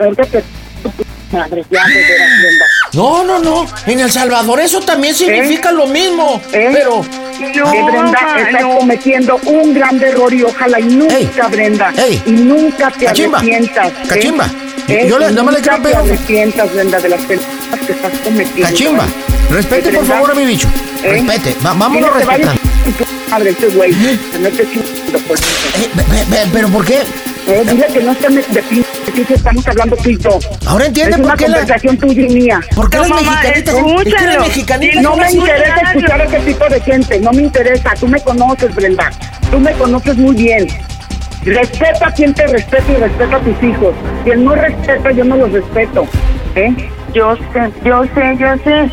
Speaker 7: Ahorita tu p- madre, ya, de veras, Brenda.
Speaker 2: No, no, no. En El Salvador eso también significa lo mismo.
Speaker 7: ¿Eh?
Speaker 2: Pero,
Speaker 3: No,
Speaker 7: Eh, Brenda,
Speaker 3: ma,
Speaker 7: estás
Speaker 3: no.
Speaker 7: cometiendo un gran error y ojalá y nunca,
Speaker 2: Ey,
Speaker 7: Brenda,
Speaker 2: ey,
Speaker 7: y nunca te
Speaker 2: Cachimba,
Speaker 7: arrepientas. ¿eh?
Speaker 2: Cachimba,
Speaker 7: ¿Eh?
Speaker 2: yo le-
Speaker 7: Y
Speaker 2: nada más le
Speaker 7: nunca te
Speaker 2: quiero pedir-
Speaker 7: arrepientas, Brenda, de las pendejadas que estás cometiendo.
Speaker 2: cachimba, respete por
Speaker 7: Brenda.
Speaker 2: favor a mi bicho.
Speaker 7: ¿Eh?
Speaker 2: Respete. Va- vámonos
Speaker 7: Dile que vaya
Speaker 2: respetando.
Speaker 7: a tu ch- madre ese güey. Se mete chingando por eso.
Speaker 8: Eh, pe- pe- pe- ¿Pero por qué?
Speaker 7: pues, Eh, dile que no se me de pin- que sí estamos hablando tú y yo.
Speaker 8: Ahora entiende
Speaker 7: es una
Speaker 8: por qué la-
Speaker 7: conversación tuya y mía.
Speaker 8: ¿Por qué
Speaker 3: No,
Speaker 8: las
Speaker 3: mamá,
Speaker 8: mexicanitas? es que las
Speaker 3: escúchalo.
Speaker 8: mexicanitas
Speaker 7: No
Speaker 8: son
Speaker 7: me
Speaker 8: así.
Speaker 7: interesa escuchar a ese tipo de gente, no me interesa. Tú me conoces, Brenda. Tú me conoces muy bien. Respeta a quien te respeta y respeta a tus hijos. Quien no respeta, yo no los respeto. ¿Eh?
Speaker 3: Yo sé, yo sé, yo sé.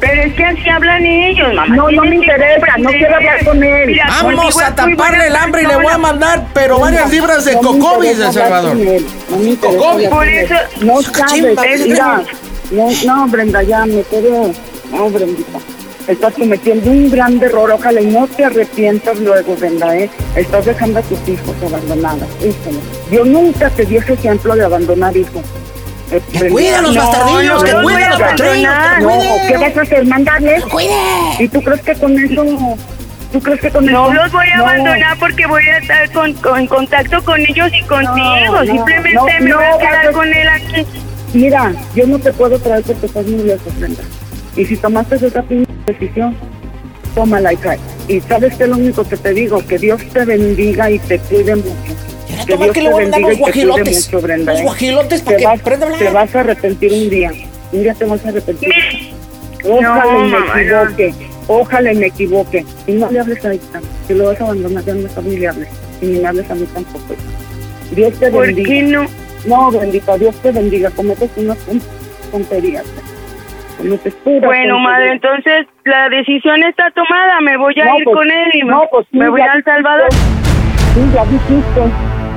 Speaker 3: Pero es que así hablan ellos, mamá.
Speaker 7: No, no
Speaker 3: Tienes
Speaker 7: me
Speaker 3: que
Speaker 7: interesa, no quiero hablar con él.
Speaker 3: Mira,
Speaker 2: Vamos
Speaker 3: contigo
Speaker 2: a
Speaker 3: es muy
Speaker 2: taparle
Speaker 3: buena
Speaker 2: el hambre y le
Speaker 3: persona.
Speaker 2: voy a mandar, pero varias libras de
Speaker 7: No me
Speaker 2: cocobis
Speaker 7: interesa
Speaker 2: de
Speaker 7: hablar
Speaker 2: Salvador.
Speaker 7: con él, No me interesa
Speaker 2: Cocobi.
Speaker 7: hablar con
Speaker 3: Por
Speaker 7: él.
Speaker 3: eso-
Speaker 7: No
Speaker 2: Saca
Speaker 7: sabes,
Speaker 2: chimba, es
Speaker 7: mira. No, no, Brenda, ya me quedo. No, Brendita. Estás cometiendo un gran error, ojalá y no te arrepientas luego, Brenda, ¿eh? Estás dejando a tus hijos abandonados, híjole. Yo nunca te di ese ejemplo de abandonar hijos. Eh, Brenda,
Speaker 8: cuida los bastardillos,
Speaker 7: no,
Speaker 8: que
Speaker 7: no,
Speaker 8: cuida los
Speaker 7: Brenda,
Speaker 8: patrinos, que
Speaker 7: No,
Speaker 8: cuide.
Speaker 7: ¿qué vas a hacer? ¿Mandarles?
Speaker 8: ¡Cuide!
Speaker 7: ¿Y tú crees que con eso... ¿Tú crees que con eso...?
Speaker 3: No los voy a
Speaker 7: No.
Speaker 3: abandonar porque voy a estar con, con- en contacto con ellos y contigo.
Speaker 7: no,
Speaker 3: Simplemente
Speaker 7: no,
Speaker 3: me voy
Speaker 7: no,
Speaker 3: a quedar
Speaker 7: vas a-
Speaker 3: con él aquí.
Speaker 7: Mira, yo no te puedo traer porque estás muy lejos, Brenda. Y si tomaste esa pin- decisión, tómala y cae. Y sabes que lo único que te digo, que Dios te bendiga y te cuide mucho.
Speaker 8: Ya,
Speaker 7: Que
Speaker 8: toma,
Speaker 7: Dios
Speaker 8: que
Speaker 7: te
Speaker 8: le voy a mandar
Speaker 7: bendiga y
Speaker 8: los
Speaker 7: te cuide
Speaker 8: guajilotes.
Speaker 7: mucho, Brenda.
Speaker 8: Los
Speaker 7: ¿eh?
Speaker 8: guajilotes para
Speaker 7: Te
Speaker 8: que
Speaker 7: vas,
Speaker 8: prenda a hablar.
Speaker 7: te vas a arrepentir un día. Un día te vas a arrepentir. Ojalá y me
Speaker 3: mamá, no.
Speaker 7: equivoque. Ojalá y me equivoque. Y no le hables a esta. Si lo vas a abandonar, ya no es familiable. Y ni me hables a mí tampoco. Dios te
Speaker 3: ¿Por
Speaker 7: bendiga.
Speaker 3: qué no?
Speaker 7: No, bendito, Dios te bendiga. Cometes unas tonte- tonterías. Cometes puras
Speaker 3: Bueno,
Speaker 7: tonterías.
Speaker 3: madre, entonces la decisión está tomada. Me voy a
Speaker 7: No,
Speaker 3: ir
Speaker 7: pues,
Speaker 3: con él y me-
Speaker 7: no, pues, sí,
Speaker 3: me voy
Speaker 7: ya
Speaker 3: a El Salvador.
Speaker 7: Sí, ya dijiste.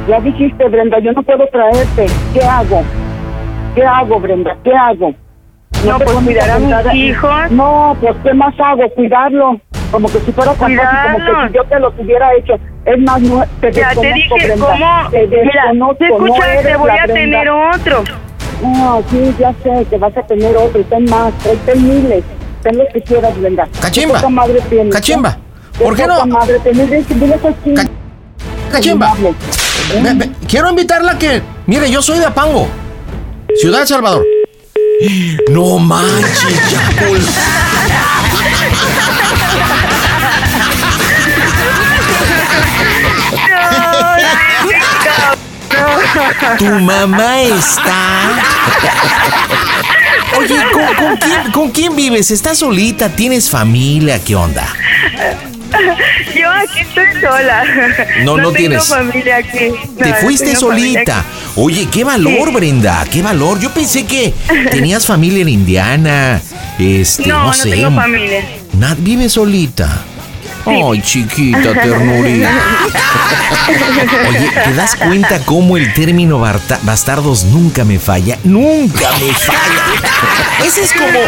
Speaker 7: Ya dijiste, Brenda, yo no puedo traerte. ¿Qué hago? ¿Qué hago, Brenda? ¿Qué hago?
Speaker 3: No,
Speaker 7: te
Speaker 3: pues,
Speaker 7: pones
Speaker 3: cuidar a mis
Speaker 7: sentada-
Speaker 3: hijos.
Speaker 7: No, pues, ¿qué más hago? Cuidarlo. Como que si fuera fantasma, como que
Speaker 3: Cuidarlos.
Speaker 7: si yo te lo hubiera hecho. Es más, no,
Speaker 3: Ya
Speaker 7: te
Speaker 3: te
Speaker 7: desconozco,
Speaker 3: dije,
Speaker 7: Brenda.
Speaker 3: ¿cómo?
Speaker 7: Te
Speaker 3: Mira,
Speaker 7: desconozco,
Speaker 3: te
Speaker 7: no
Speaker 3: escuchas,
Speaker 7: eres
Speaker 3: te voy
Speaker 7: la
Speaker 3: a
Speaker 7: Brenda.
Speaker 3: tener otro.
Speaker 7: No, sí, ya sé que vas a tener otro, y ten más, ten, ten miles, ten lo que quieras, venga.
Speaker 6: Cachimba.
Speaker 7: ¿Qué poca madre tienes,
Speaker 6: Cachimba.
Speaker 7: ¿Qué
Speaker 6: ¿Por qué
Speaker 7: poca
Speaker 6: no?
Speaker 7: madre tienes? Diles- diles así.
Speaker 6: Ca- Cachimba.
Speaker 7: Abominables.
Speaker 6: Ve- ve- quiero invitarla a que. Mire, yo soy de Apango, Ciudad del Salvador. No manches, Yapol. Tu mamá está. Oye, ¿con, con quién, con quién vives? ¿Estás solita? ¿Tienes familia? ¿Qué onda?
Speaker 3: Yo aquí estoy sola.
Speaker 6: No, no
Speaker 3: tengo
Speaker 6: tienes.
Speaker 3: familia aquí. No,
Speaker 6: Te
Speaker 3: no
Speaker 6: fuiste
Speaker 3: tengo familia
Speaker 6: solita.
Speaker 3: aquí.
Speaker 6: Oye, qué valor, Brenda, qué valor. Yo pensé que tenías familia en Indiana. Este,
Speaker 3: No,
Speaker 6: no,
Speaker 3: no
Speaker 6: sé.
Speaker 3: tengo familia.
Speaker 6: Nat vive solita. Ay, chiquita, ternurita. Oye, ¿te das cuenta cómo el término barta- bastardos nunca me falla? Nunca me falla. Esa es como,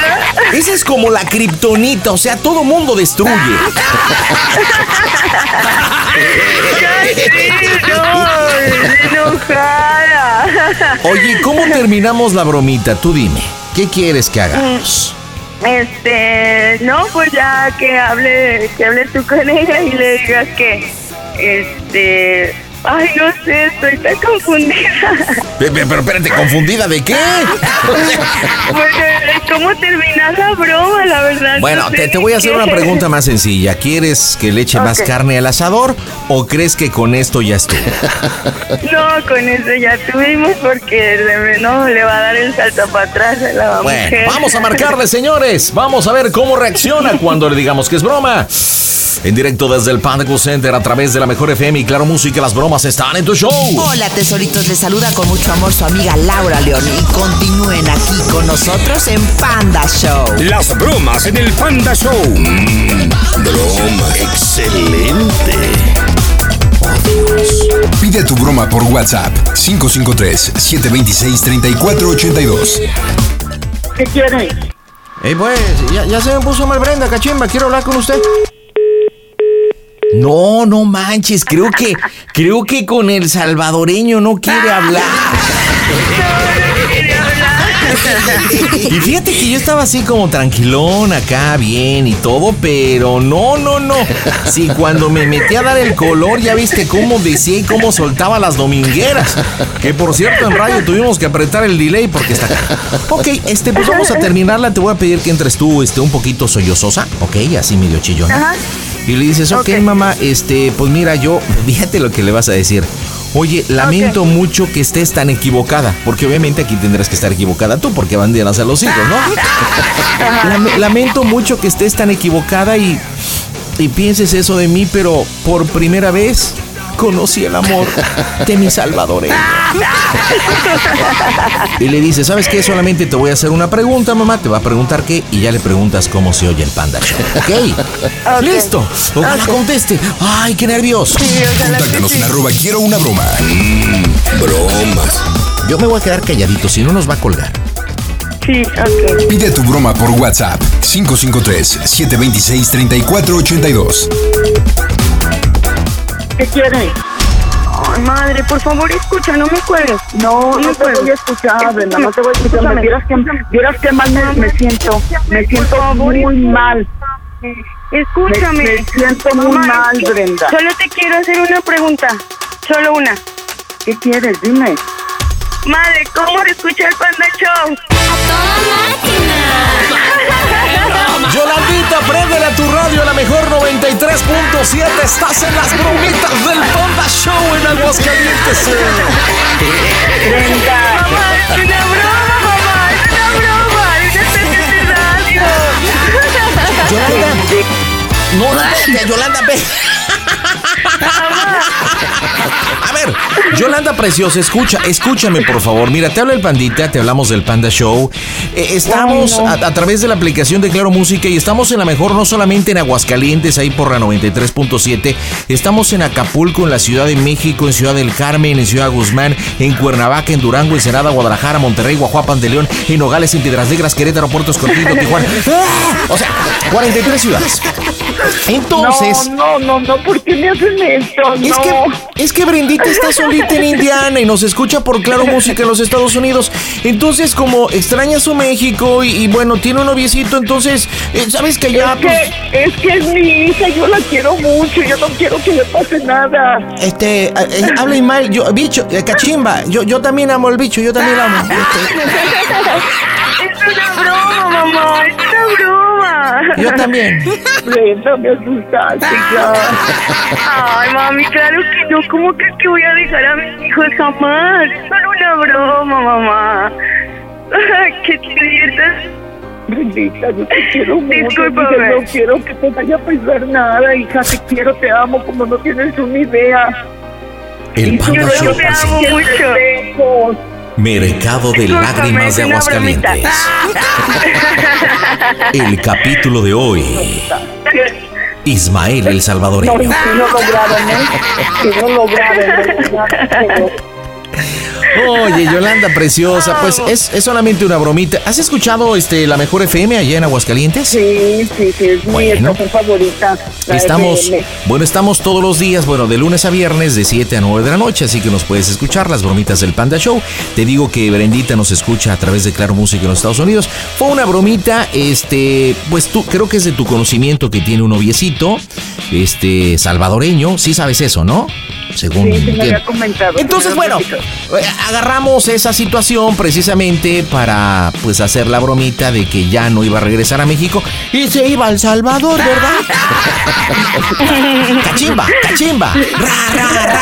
Speaker 6: esa es como la kriptonita, o sea, todo mundo destruye.
Speaker 3: Ay, no, enojada.
Speaker 6: Oye, ¿cómo terminamos la bromita? Tú dime. ¿Qué quieres que hagamos?
Speaker 3: Este, no, pues ya que hable, que hables tú con ella y le digas que, este, ay, no sé, estoy tan confundida.
Speaker 2: Pe- pe- Pero espérate, ¿confundida de qué?
Speaker 3: Bueno, ¿cómo terminar la broma, la verdad?
Speaker 2: Bueno,
Speaker 3: no
Speaker 2: te,
Speaker 3: sé
Speaker 2: te voy a
Speaker 3: ni
Speaker 2: hacer
Speaker 3: qué.
Speaker 2: una pregunta más sencilla. ¿Quieres que le eche más
Speaker 3: Ok.
Speaker 2: carne al asador o crees que con esto ya estuvo?
Speaker 3: No, con eso ya tuvimos porque le- me- no le va a dar el salto para atrás a la
Speaker 2: Bueno,
Speaker 3: mujer.
Speaker 2: vamos a marcarle, señores. Vamos a ver cómo reacciona cuando le digamos que es broma. En directo desde el Panda Cool Center a través de la mejor FM y Claro Música, las bromas están en tu show.
Speaker 9: Hola tesoritos, les saluda con mucho amor su amiga Laura León y continúen aquí con nosotros en Panda Show.
Speaker 5: Las bromas en el Panda Show. broma. Excelente.
Speaker 1: Pide tu broma por WhatsApp 553-726-3482.
Speaker 7: ¿Qué quieres?
Speaker 6: Eh, pues, ya, ya se me puso mal Brenda, cachimba, quiero hablar con usted.
Speaker 2: No, no manches, creo que, creo que con el salvadoreño no quiere hablar. Y fíjate que yo estaba así como tranquilón acá, bien y todo, pero no, no, no. Si cuando me metí a dar el color, ya viste cómo decía y cómo soltaba las domingueras. Que por cierto, en radio tuvimos que apretar el delay porque está acá. Ok, este, pues vamos a terminarla. Te voy a pedir que entres tú, este, un poquito sollozosa, ok, así medio chillona. Y le dices, ok, mamá, este, pues mira, yo, fíjate lo que le vas a decir. Oye, lamento mucho que estés tan equivocada, porque obviamente aquí tendrás que estar equivocada tú, porque bandieras a los hijos, ¿no? Lame- lamento mucho que estés tan equivocada y, y pienses eso de mí, pero por primera vez conocí el amor de mi salvadoreño. Y le dice, ¿sabes qué? Solamente te voy a hacer una pregunta, mamá. Te va a preguntar qué y ya le preguntas cómo se oye el panda show. ¿Ok? Listo. Ojalá conteste. ¡Ay, qué nervios!
Speaker 1: Contáctanos en arroba quiero una broma. bromas.
Speaker 2: Yo me voy a quedar calladito, si no nos va a colgar.
Speaker 3: Sí, ok.
Speaker 1: Pide tu broma por WhatsApp 553-726-3482.
Speaker 3: ¿Qué quiere? Ay, madre, por favor, escucha, no me cuelgues.
Speaker 7: No, no te
Speaker 3: puedo.
Speaker 7: voy a escuchar, Brenda, no te voy a escuchar.
Speaker 3: Escúchame.
Speaker 7: Me vieras que, vieras que mal me, me siento. Me siento muy mal.
Speaker 3: Escúchame.
Speaker 7: Me- me siento muy mal, Brenda.
Speaker 3: Solo te quiero hacer una pregunta. Solo una.
Speaker 7: ¿Qué quieres? Dime.
Speaker 3: Madre, ¿cómo se escucha el Panda Show?
Speaker 2: Yolandita, préndela tu radio a la mejor 93.7. Estás en las bromitas del Panda Show en Aguascalientes.
Speaker 3: Mamá, es una broma, mamá. Es una broma. Es una estación de radio.
Speaker 2: Yolanda. No, espérate, Yolanda, ve. A ver, Yolanda Preciosa, escucha, escúchame por favor. Mira, te habla el pandita, te hablamos del Panda Show. Eh, estamos a, a través de la aplicación de Claro Música y estamos en la mejor, no solamente en Aguascalientes, ahí por la 93.7, estamos en Acapulco, en la Ciudad de México, en Ciudad del Carmen, en Ciudad Guzmán, en Cuernavaca, en Durango, Ensenada, Guadalajara, Monterrey, Guajuapan de León, en Nogales, en Piedras Negras, Querétaro, Puerto Escondido, Tijuana. ¡Ah! O sea, 43 ciudades. Entonces...
Speaker 7: No, no, no, no, ¿por qué me hacen esto?
Speaker 2: Es
Speaker 7: no.
Speaker 2: que, es que Brendita está solita en Indiana y nos escucha por Claro Música en los Estados Unidos. Entonces, como extraña su México y, y, bueno, tiene un noviecito, entonces, eh, ¿sabes que allá? pues,
Speaker 7: Que- es que es mi hija, yo la quiero mucho, yo no quiero que le pase nada.
Speaker 2: este, eh, eh, hablen mal, yo, bicho, eh, cachimba, yo, yo también amo al bicho, yo también la amo. Este,
Speaker 3: Es una broma, mamá. Es una broma.
Speaker 2: Este, yo también.
Speaker 7: Brenda, me asustaste ya.
Speaker 3: Ay, mami, claro que no. ¿Cómo crees que voy a dejar a mis hijos jamás? Es solo una broma, mamá. que te diviertas.
Speaker 7: Brendita, yo te quiero mucho.
Speaker 3: Discúlpame.
Speaker 7: hija, No quiero que te vaya a pasar nada, hija. Te quiero, te amo, como no tienes una idea.
Speaker 2: El Panda
Speaker 3: Yo
Speaker 2: Show
Speaker 3: te amo
Speaker 2: presenta
Speaker 3: mucho.
Speaker 7: Lejos.
Speaker 2: Mercado de
Speaker 3: Discúlpame,
Speaker 2: Lágrimas de
Speaker 3: es una
Speaker 2: Aguascalientes. El capítulo de hoy, Ismael el
Speaker 7: No, y
Speaker 2: Salvadoreño.
Speaker 7: si no lograron, ¿eh? Si no lograron, ¿no?
Speaker 2: Oye, Yolanda preciosa, pues es, es solamente una bromita. ¿Has escuchado este la mejor FM allá en Aguascalientes?
Speaker 7: Sí, sí, sí, es mi
Speaker 2: Bueno.
Speaker 7: estación favorita. la
Speaker 2: Estamos,
Speaker 7: FM.
Speaker 2: bueno, estamos todos los días, bueno, de lunes a viernes de 7 a 9 de la noche, así que nos puedes escuchar las bromitas del Panda Show. Te digo que Brendita nos escucha a través de Claro Música en los Estados Unidos. Fue una bromita, este, pues tú creo que es de tu conocimiento que tiene un noviecito, este, salvadoreño, sí sabes eso, ¿no? Según
Speaker 7: Sí, se me
Speaker 2: entiendo.
Speaker 7: había comentado.
Speaker 2: Entonces,
Speaker 7: se me había
Speaker 2: bueno,
Speaker 7: platicado.
Speaker 2: eh, agarramos esa situación precisamente para pues hacer la bromita de que ya no iba a regresar a México y se iba al Salvador, ¿verdad? cachimba, cachimba. Ra, ra, ra.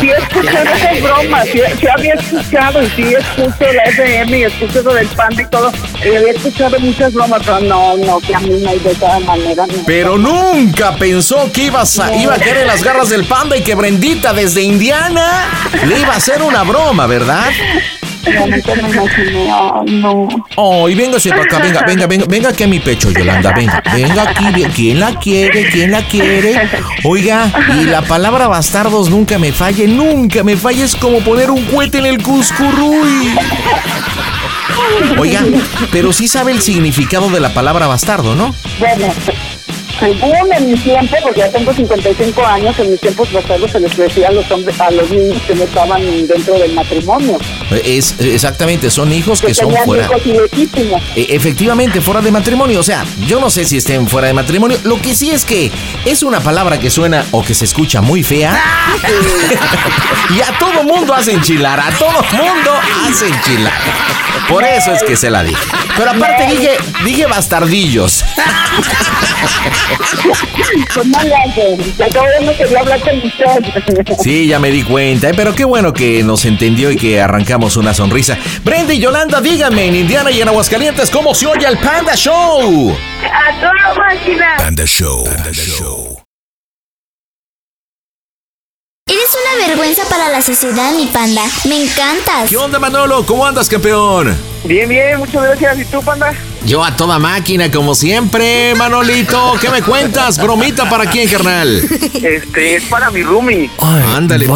Speaker 7: Sí, escuché esas bromas, sí, sí había escuchado y sí escucho la FM y escucho eso del panda y todo. Y había escuchado muchas bromas, pero no, no, que a mí no hay de todas maneras. no.
Speaker 2: Pero nunca pensó que iba a, iba a caer en las garras del panda y que Brendita desde Indiana le iba a hacer una broma, ¿verdad?
Speaker 7: No, nunca me imaginé, ah, no.
Speaker 2: Oh, y véngase para acá, venga, venga, venga, venga aquí a mi pecho, Yolanda, venga, venga aquí, ve- ¿quién la quiere? ¿Quién la quiere? Oiga, y la palabra bastardos nunca me falle, nunca me falle, es como poner un cohete en el cuscurruy. Oiga, pero sí sabe el significado de la palabra bastardo, ¿no?
Speaker 7: Bueno, según en mis tiempos, porque ya tengo 55 años, en mis tiempos pasados se les decía a los hombres, a los niños que no estaban dentro del matrimonio.
Speaker 2: Es, exactamente, son hijos que,
Speaker 7: que
Speaker 2: son
Speaker 7: tenían
Speaker 2: fuera.
Speaker 7: hijos ilegítimos.
Speaker 2: E- Efectivamente, fuera de matrimonio. O sea, yo no sé si estén fuera de matrimonio. Lo que sí es que es una palabra que suena o que se escucha muy fea. y a todo mundo hace enchilar. A todo mundo hace enchilar. Por eso es que se la dije. Pero aparte dije, dije bastardillos.
Speaker 7: Pues no le hacen. La otra vez no quería hablar con usted.
Speaker 2: Sí, ya me di cuenta. ¿eh? Pero qué bueno que nos entendió y que arrancamos una sonrisa. Brenda y Yolanda, díganme en Indiana y en Aguascalientes cómo se oye el Panda Show.
Speaker 10: A toda máquina.
Speaker 5: Panda Show. Panda Show.
Speaker 6: Eres una vergüenza para la sociedad, mi panda. Me encantas.
Speaker 2: ¿Qué onda, Manolo? ¿Cómo andas, campeón?
Speaker 11: Bien, bien, muchas gracias. ¿Y tú, panda?
Speaker 2: Yo a toda máquina, como siempre, Manolito. ¿Qué me cuentas? ¿Bromita para quién, carnal?
Speaker 11: Este, es para mi roomie.
Speaker 2: Ándale.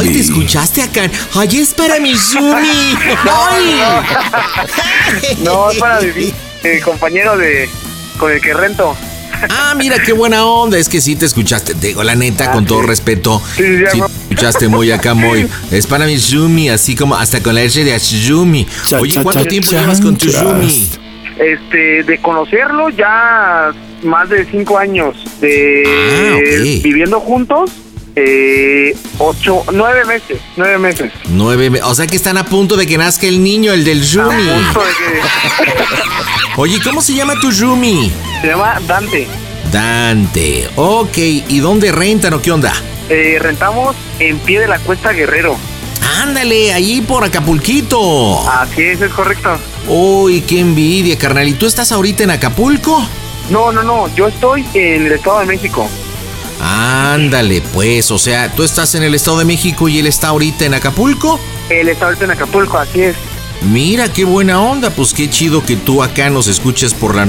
Speaker 2: Ay, te
Speaker 12: escuchaste acá? Ay, es para mi Zumi.
Speaker 11: No, es para mi eh, compañero de con el que rento.
Speaker 2: Ah, mira qué buena onda. Es que sí te escuchaste. Te Digo, la neta, con todo respeto. Sí, te escuchaste muy acá, muy. Es para mi Zumi, así como hasta con la H de Shumi. Oye,
Speaker 11: cha,
Speaker 2: ¿cuánto
Speaker 11: cha,
Speaker 2: tiempo llevas con tu
Speaker 11: chanchas.
Speaker 2: Zumi?
Speaker 11: Este, de conocerlo ya más de cinco años de viviendo juntos, eh, ocho, nueve meses, nueve meses.
Speaker 2: Nueve. me- O sea que están a punto de que nazca el niño, el del Zumi. Oye, ¿cómo se llama tu Zumi?
Speaker 11: Se llama Dante.
Speaker 2: Dante. Ok, ¿y dónde rentan o qué onda?
Speaker 11: Eh, rentamos en pie de la cuesta Guerrero.
Speaker 2: Ándale, ahí por Acapulquito.
Speaker 11: Así es, es correcto.
Speaker 2: Uy, qué envidia, carnal. ¿Y tú estás ahorita en Acapulco?
Speaker 11: No, no, no, yo estoy en el Estado de México.
Speaker 2: Ándale, pues, o sea, tú estás en el Estado de México y él está ahorita en Acapulco.
Speaker 11: Él está ahorita en Acapulco, así es.
Speaker 2: Mira, qué buena onda, pues qué chido que tú acá nos escuches por la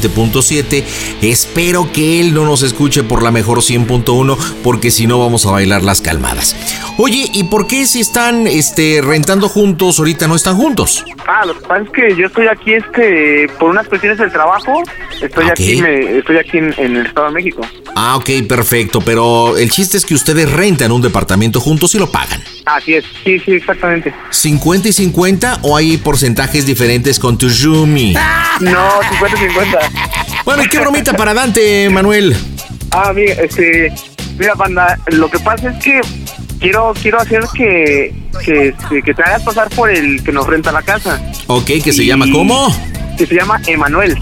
Speaker 2: 97.7. Espero que él no nos escuche por la mejor 100.1, porque si no vamos a bailar las calmadas. Oye, ¿y por qué si están este, rentando juntos, ahorita no están juntos?
Speaker 11: Ah, lo que pasa es que yo estoy aquí este por unas cuestiones del trabajo. Estoy
Speaker 2: Ok.
Speaker 11: aquí, me- estoy aquí en, en el Estado de México.
Speaker 2: Ah, ok, perfecto, pero el chiste es que ustedes rentan un departamento juntos y lo pagan.
Speaker 11: Así es, sí, sí, exactamente.
Speaker 2: ¿50 y 50 o hay porcentajes diferentes con tu Yumi?
Speaker 11: No, 50-50.
Speaker 2: Bueno, ¿y qué bromita para Dante, Manuel?
Speaker 11: Ah, mira, este, mira, banda, lo que pasa es que quiero quiero hacer que que, este, que te hagas pasar por el que nos renta la casa.
Speaker 2: Ok, que se
Speaker 11: Y-
Speaker 2: llama ¿cómo?
Speaker 11: Que se llama Emanuel.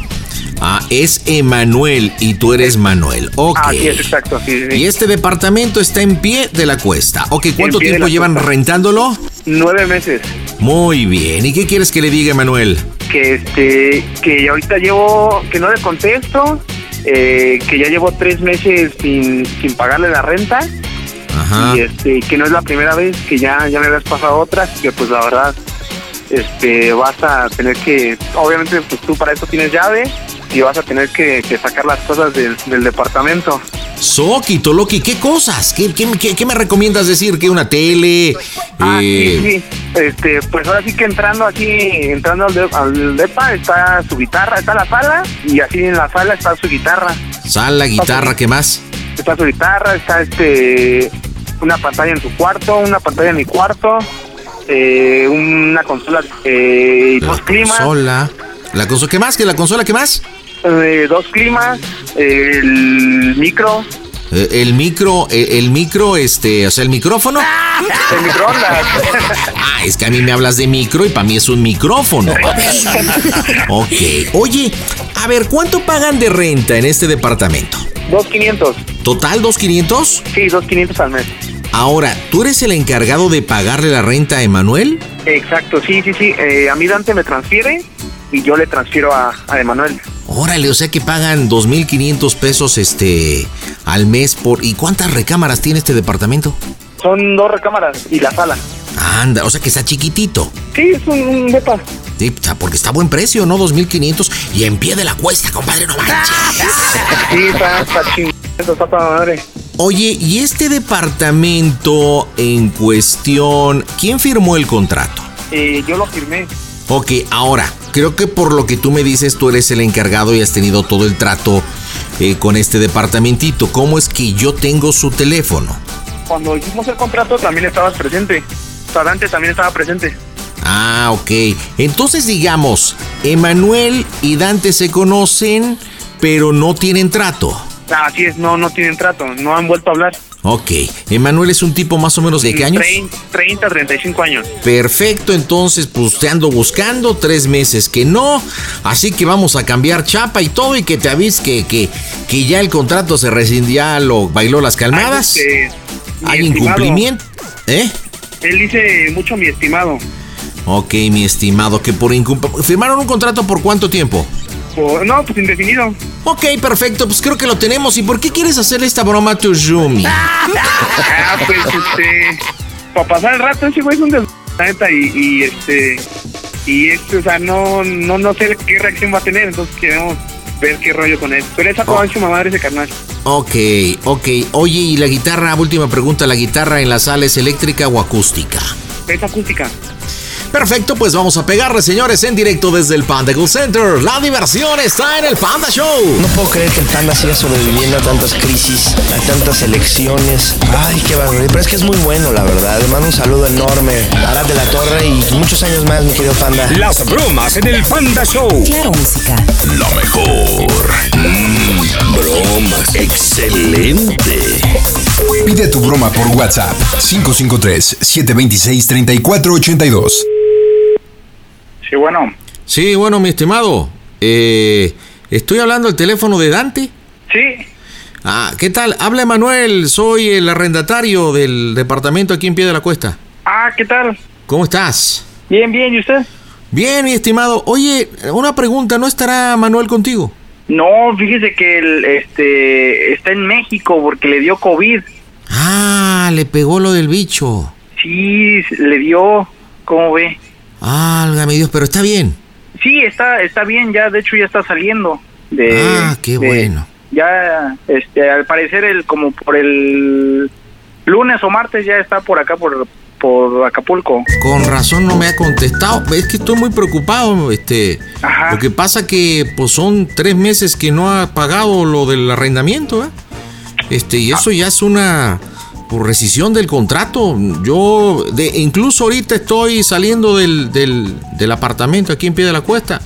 Speaker 2: Ah, es Emanuel y tú eres Manuel. Ok.
Speaker 11: Así es, exacto. Ah, Sí, sí.
Speaker 2: Y este departamento está en pie de la cuesta. Ok, ¿cuánto
Speaker 11: pie de
Speaker 2: tiempo
Speaker 11: la
Speaker 2: llevan
Speaker 11: cuesta.
Speaker 2: rentándolo?
Speaker 11: Nueve meses.
Speaker 2: Muy bien. ¿Y qué quieres que le diga, Manuel?
Speaker 11: que este que ahorita llevo que no le contesto eh, que ya llevo tres meses sin, sin pagarle la renta
Speaker 2: Ajá.
Speaker 11: y este que no es la primera vez que ya ya me habías pasado otras que pues la verdad este vas a tener que obviamente pues tú para eso tienes llave y vas a tener que, que sacar las cosas del, del departamento
Speaker 2: Soki, Toloki, ¿qué cosas? ¿Qué, qué, qué- qué me recomiendas decir? ¿Qué una tele? Eh,
Speaker 11: Ah, Sí, este, pues ahora sí que entrando aquí, entrando al, de- al depa está su guitarra, está la sala y así en la sala está su guitarra.
Speaker 2: Sala, guitarra, ¿qué más?
Speaker 11: Está su guitarra, está este una pantalla en su cuarto, una pantalla en mi cuarto, eh, una consola eh, y dos climas,
Speaker 2: Consola. ¿La consola qué más? ¿Que la consola qué más?
Speaker 11: eh, dos climas, el micro,
Speaker 2: Eh, El micro, eh, el micro, este, o sea, el micrófono.
Speaker 11: el microondas.
Speaker 2: Ah, es que a mí me hablas de micro y para mí es un micrófono. Ok. Oye, a ver, ¿cuánto pagan de renta en este departamento?
Speaker 11: Dos quinientos.
Speaker 2: ¿Total dos quinientos?
Speaker 11: Sí, dos quinientos al mes.
Speaker 2: Ahora, ¿tú eres el encargado de pagarle la renta a Emanuel?
Speaker 11: Exacto, sí, sí, sí. eh, a mí Dante me transfiere y yo le transfiero a, a Emanuel.
Speaker 2: Órale, o sea que pagan 2.500 pesos este, al mes por... ¿Y cuántas recámaras tiene este departamento?
Speaker 11: Son dos recámaras y la sala.
Speaker 2: Anda, o sea que está chiquitito.
Speaker 11: Sí, es un, un depa.
Speaker 2: Sí, o sea, porque está a buen precio, ¿no? 2.500 y en pie de la cuesta, compadre, no manches.
Speaker 11: Sí, está, está chingón, está toda madre.
Speaker 2: Oye, ¿y este departamento en cuestión, quién firmó el contrato?
Speaker 11: Eh, yo lo firmé.
Speaker 2: Ok, ahora, creo que por lo que tú me dices, tú eres el encargado y has tenido todo el trato eh, con este departamentito. ¿Cómo es que yo tengo su teléfono?
Speaker 11: Cuando hicimos el contrato también estabas presente. O sea, Dante también estaba presente.
Speaker 2: Ah, ok. Entonces digamos, Emanuel y Dante se conocen, pero no tienen trato.
Speaker 13: Ah, Así es, no, no tienen trato, no han vuelto a hablar.
Speaker 2: Ok. Emanuel es un tipo más o menos de qué años?
Speaker 13: Trein- 30, 35 años.
Speaker 2: Perfecto, entonces pues te ando buscando tres meses que no, así que vamos a cambiar chapa y todo y que te avises que, que, que ya el contrato se rescindió, lo bailó las calmadas,
Speaker 13: Ay, este, Eh, mi
Speaker 2: hay
Speaker 13: estimado.
Speaker 2: incumplimiento, ¿eh?
Speaker 13: Él dice mucho mi estimado,
Speaker 2: Ok, mi estimado, que por incumplimiento, ¿firmaron un contrato por cuánto tiempo?
Speaker 13: por- no, pues indefinido.
Speaker 2: Ok, perfecto, pues creo que lo tenemos. ¿Y por qué quieres hacer esta broma a tu Yumi?
Speaker 13: Ah, pues este. Para pasar el rato, ese güey es un des... la neta, y, y, este. Y este, o sea, no, no, no sé qué reacción va a tener, entonces queremos ver qué rollo con él. Pero
Speaker 2: Oh.
Speaker 13: esa con su mamá ese carnal.
Speaker 2: Ok, ok. Oye, y la guitarra, última pregunta, ¿la guitarra en la sala es eléctrica o acústica?
Speaker 13: Es acústica.
Speaker 2: Perfecto, pues vamos a pegarle, señores, en directo desde el Panda Cool Center. La diversión está en el Panda Show.
Speaker 11: No puedo creer que el Panda siga sobreviviendo a tantas crisis, a tantas elecciones. Ay, qué barbaridad. Pero es que es muy bueno, la verdad. Le mando un saludo enorme. Arad de la Torre y muchos años más, mi querido Panda.
Speaker 5: Las bromas en el Panda Show.
Speaker 11: Claro, música.
Speaker 5: Lo mejor. Mm, bromas. Excelente.
Speaker 1: Pide tu broma por WhatsApp 553-726-3482.
Speaker 14: Sí, bueno.
Speaker 2: Sí, bueno, mi estimado. eh, estoy hablando al teléfono de Dante.
Speaker 14: Sí.
Speaker 2: Ah, ¿qué tal? Habla Emanuel, soy el arrendatario del departamento aquí en Pie de la Cuesta.
Speaker 14: Ah, ¿qué tal?
Speaker 2: ¿Cómo estás?
Speaker 14: Bien, bien, ¿y usted?
Speaker 2: Bien, mi estimado. Oye, una pregunta, ¿no estará Manuel contigo?
Speaker 14: No, fíjese que él este, está en México porque le dio COVID.
Speaker 2: Ah, le pegó lo del bicho.
Speaker 14: Sí, le dio, ¿cómo ve?
Speaker 2: Álgame Dios, pero está bien.
Speaker 14: Sí, está, está bien, ya, de hecho ya está saliendo. De,
Speaker 2: ah, qué
Speaker 14: de-
Speaker 2: bueno.
Speaker 14: Ya, este, al parecer, el, como por el lunes o martes ya está por acá, por, por Acapulco.
Speaker 2: Con razón no me ha contestado. Es que estoy muy preocupado, este. Lo que pasa que pues son tres meses que no ha pagado lo del arrendamiento, ¿eh? Este, y eso ya es una pues, rescisión del contrato. Yo de, incluso ahorita estoy saliendo del, del, del apartamento aquí en pie de la cuesta.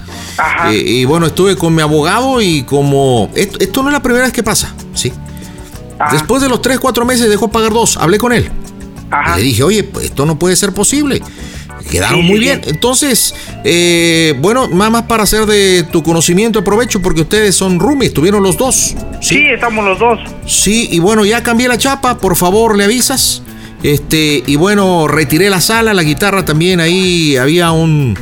Speaker 2: Eh, y bueno, estuve con mi abogado y como. Esto, esto no es la primera vez que pasa, sí.
Speaker 14: Ah,
Speaker 2: Después de los tres, cuatro meses dejó pagar dos. Hablé con él. Y le dije, oye, pues, esto no puede ser posible. Quedaron muy bien. Entonces, eh, bueno, nada más para hacer de tu conocimiento aprovecho porque ustedes son roomies, tuvieron los dos. Sí,
Speaker 14: estamos los dos.
Speaker 2: Sí, y bueno, ya cambié la chapa, por favor, le avisas. Este, y bueno, retiré la sala, la guitarra también ahí había un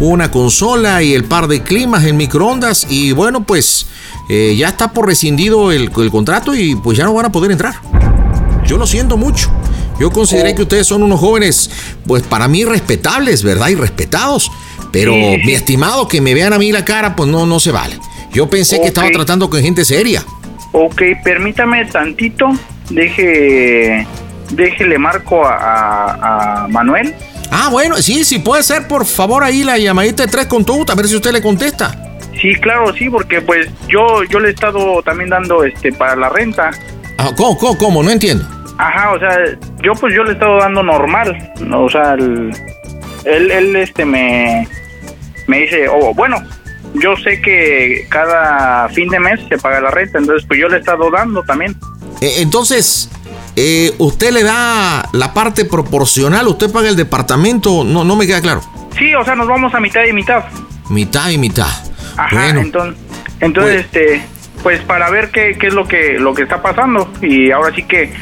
Speaker 2: una consola y el par de climas en microondas y bueno, pues eh, ya está por rescindido el, el contrato y pues ya no van a poder entrar. Yo lo siento mucho. Yo
Speaker 14: Oh.
Speaker 2: consideré que ustedes son unos jóvenes, pues para mí respetables, ¿verdad? Y respetados. Pero
Speaker 14: Sí, sí, sí.
Speaker 2: mi estimado, que me vean a mí la cara, pues no, no se vale. Yo pensé que estaba
Speaker 14: Ok.
Speaker 2: tratando con gente seria.
Speaker 14: Ok, permítame tantito. Deje, déjele marco a, a- a Manuel.
Speaker 2: Ah, bueno, sí, sí, puede ser, por favor, ahí la llamadita de tres con tu, a ver si usted le contesta.
Speaker 14: Sí, claro, sí, porque pues yo, yo le he estado también dando este para la renta.
Speaker 2: Ah, ¿Cómo, cómo, cómo? No entiendo.
Speaker 14: Ajá, o sea, yo pues yo le he estado dando normal. ¿no? O sea, el- él, él este me, me dice, oh, bueno, yo sé que cada fin de mes se paga la renta, entonces pues yo le he estado dando también.
Speaker 2: Eh, entonces, eh, usted le da la parte proporcional, usted paga el departamento, no, no me queda claro.
Speaker 14: Sí, o sea, nos vamos a mitad y mitad.
Speaker 2: Mitad y mitad.
Speaker 14: Ajá,
Speaker 2: Bueno.
Speaker 14: entonces, entonces este, pues para ver qué, qué es lo que lo que está pasando y ahora sí que,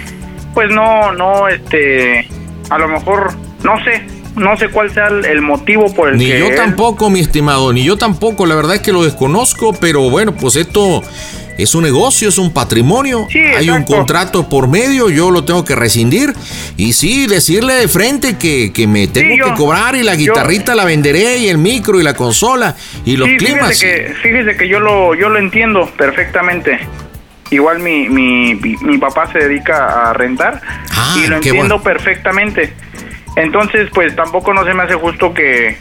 Speaker 14: pues no, no, este, a lo mejor, no sé, no sé cuál sea el, el motivo por el
Speaker 2: Ni
Speaker 14: Pues que
Speaker 2: yo
Speaker 14: él-
Speaker 2: tampoco, mi estimado, ni yo tampoco. La verdad es que lo desconozco, pero bueno, pues esto es un negocio, es un patrimonio. Hay un contrato por medio, yo lo tengo que rescindir. Y sí, decirle de frente que, que me tengo
Speaker 14: yo-
Speaker 2: que cobrar y la
Speaker 14: yo-
Speaker 2: guitarrita la venderé y el micro y la consola y los
Speaker 14: sí,
Speaker 2: climas.
Speaker 14: Fíjese que, fíjese que yo lo, yo lo entiendo perfectamente. Igual mi, mi, mi- mi papá se dedica a rentar y lo
Speaker 2: Ah, qué
Speaker 14: entiendo perfectamente. Entonces, pues tampoco no se me hace justo que,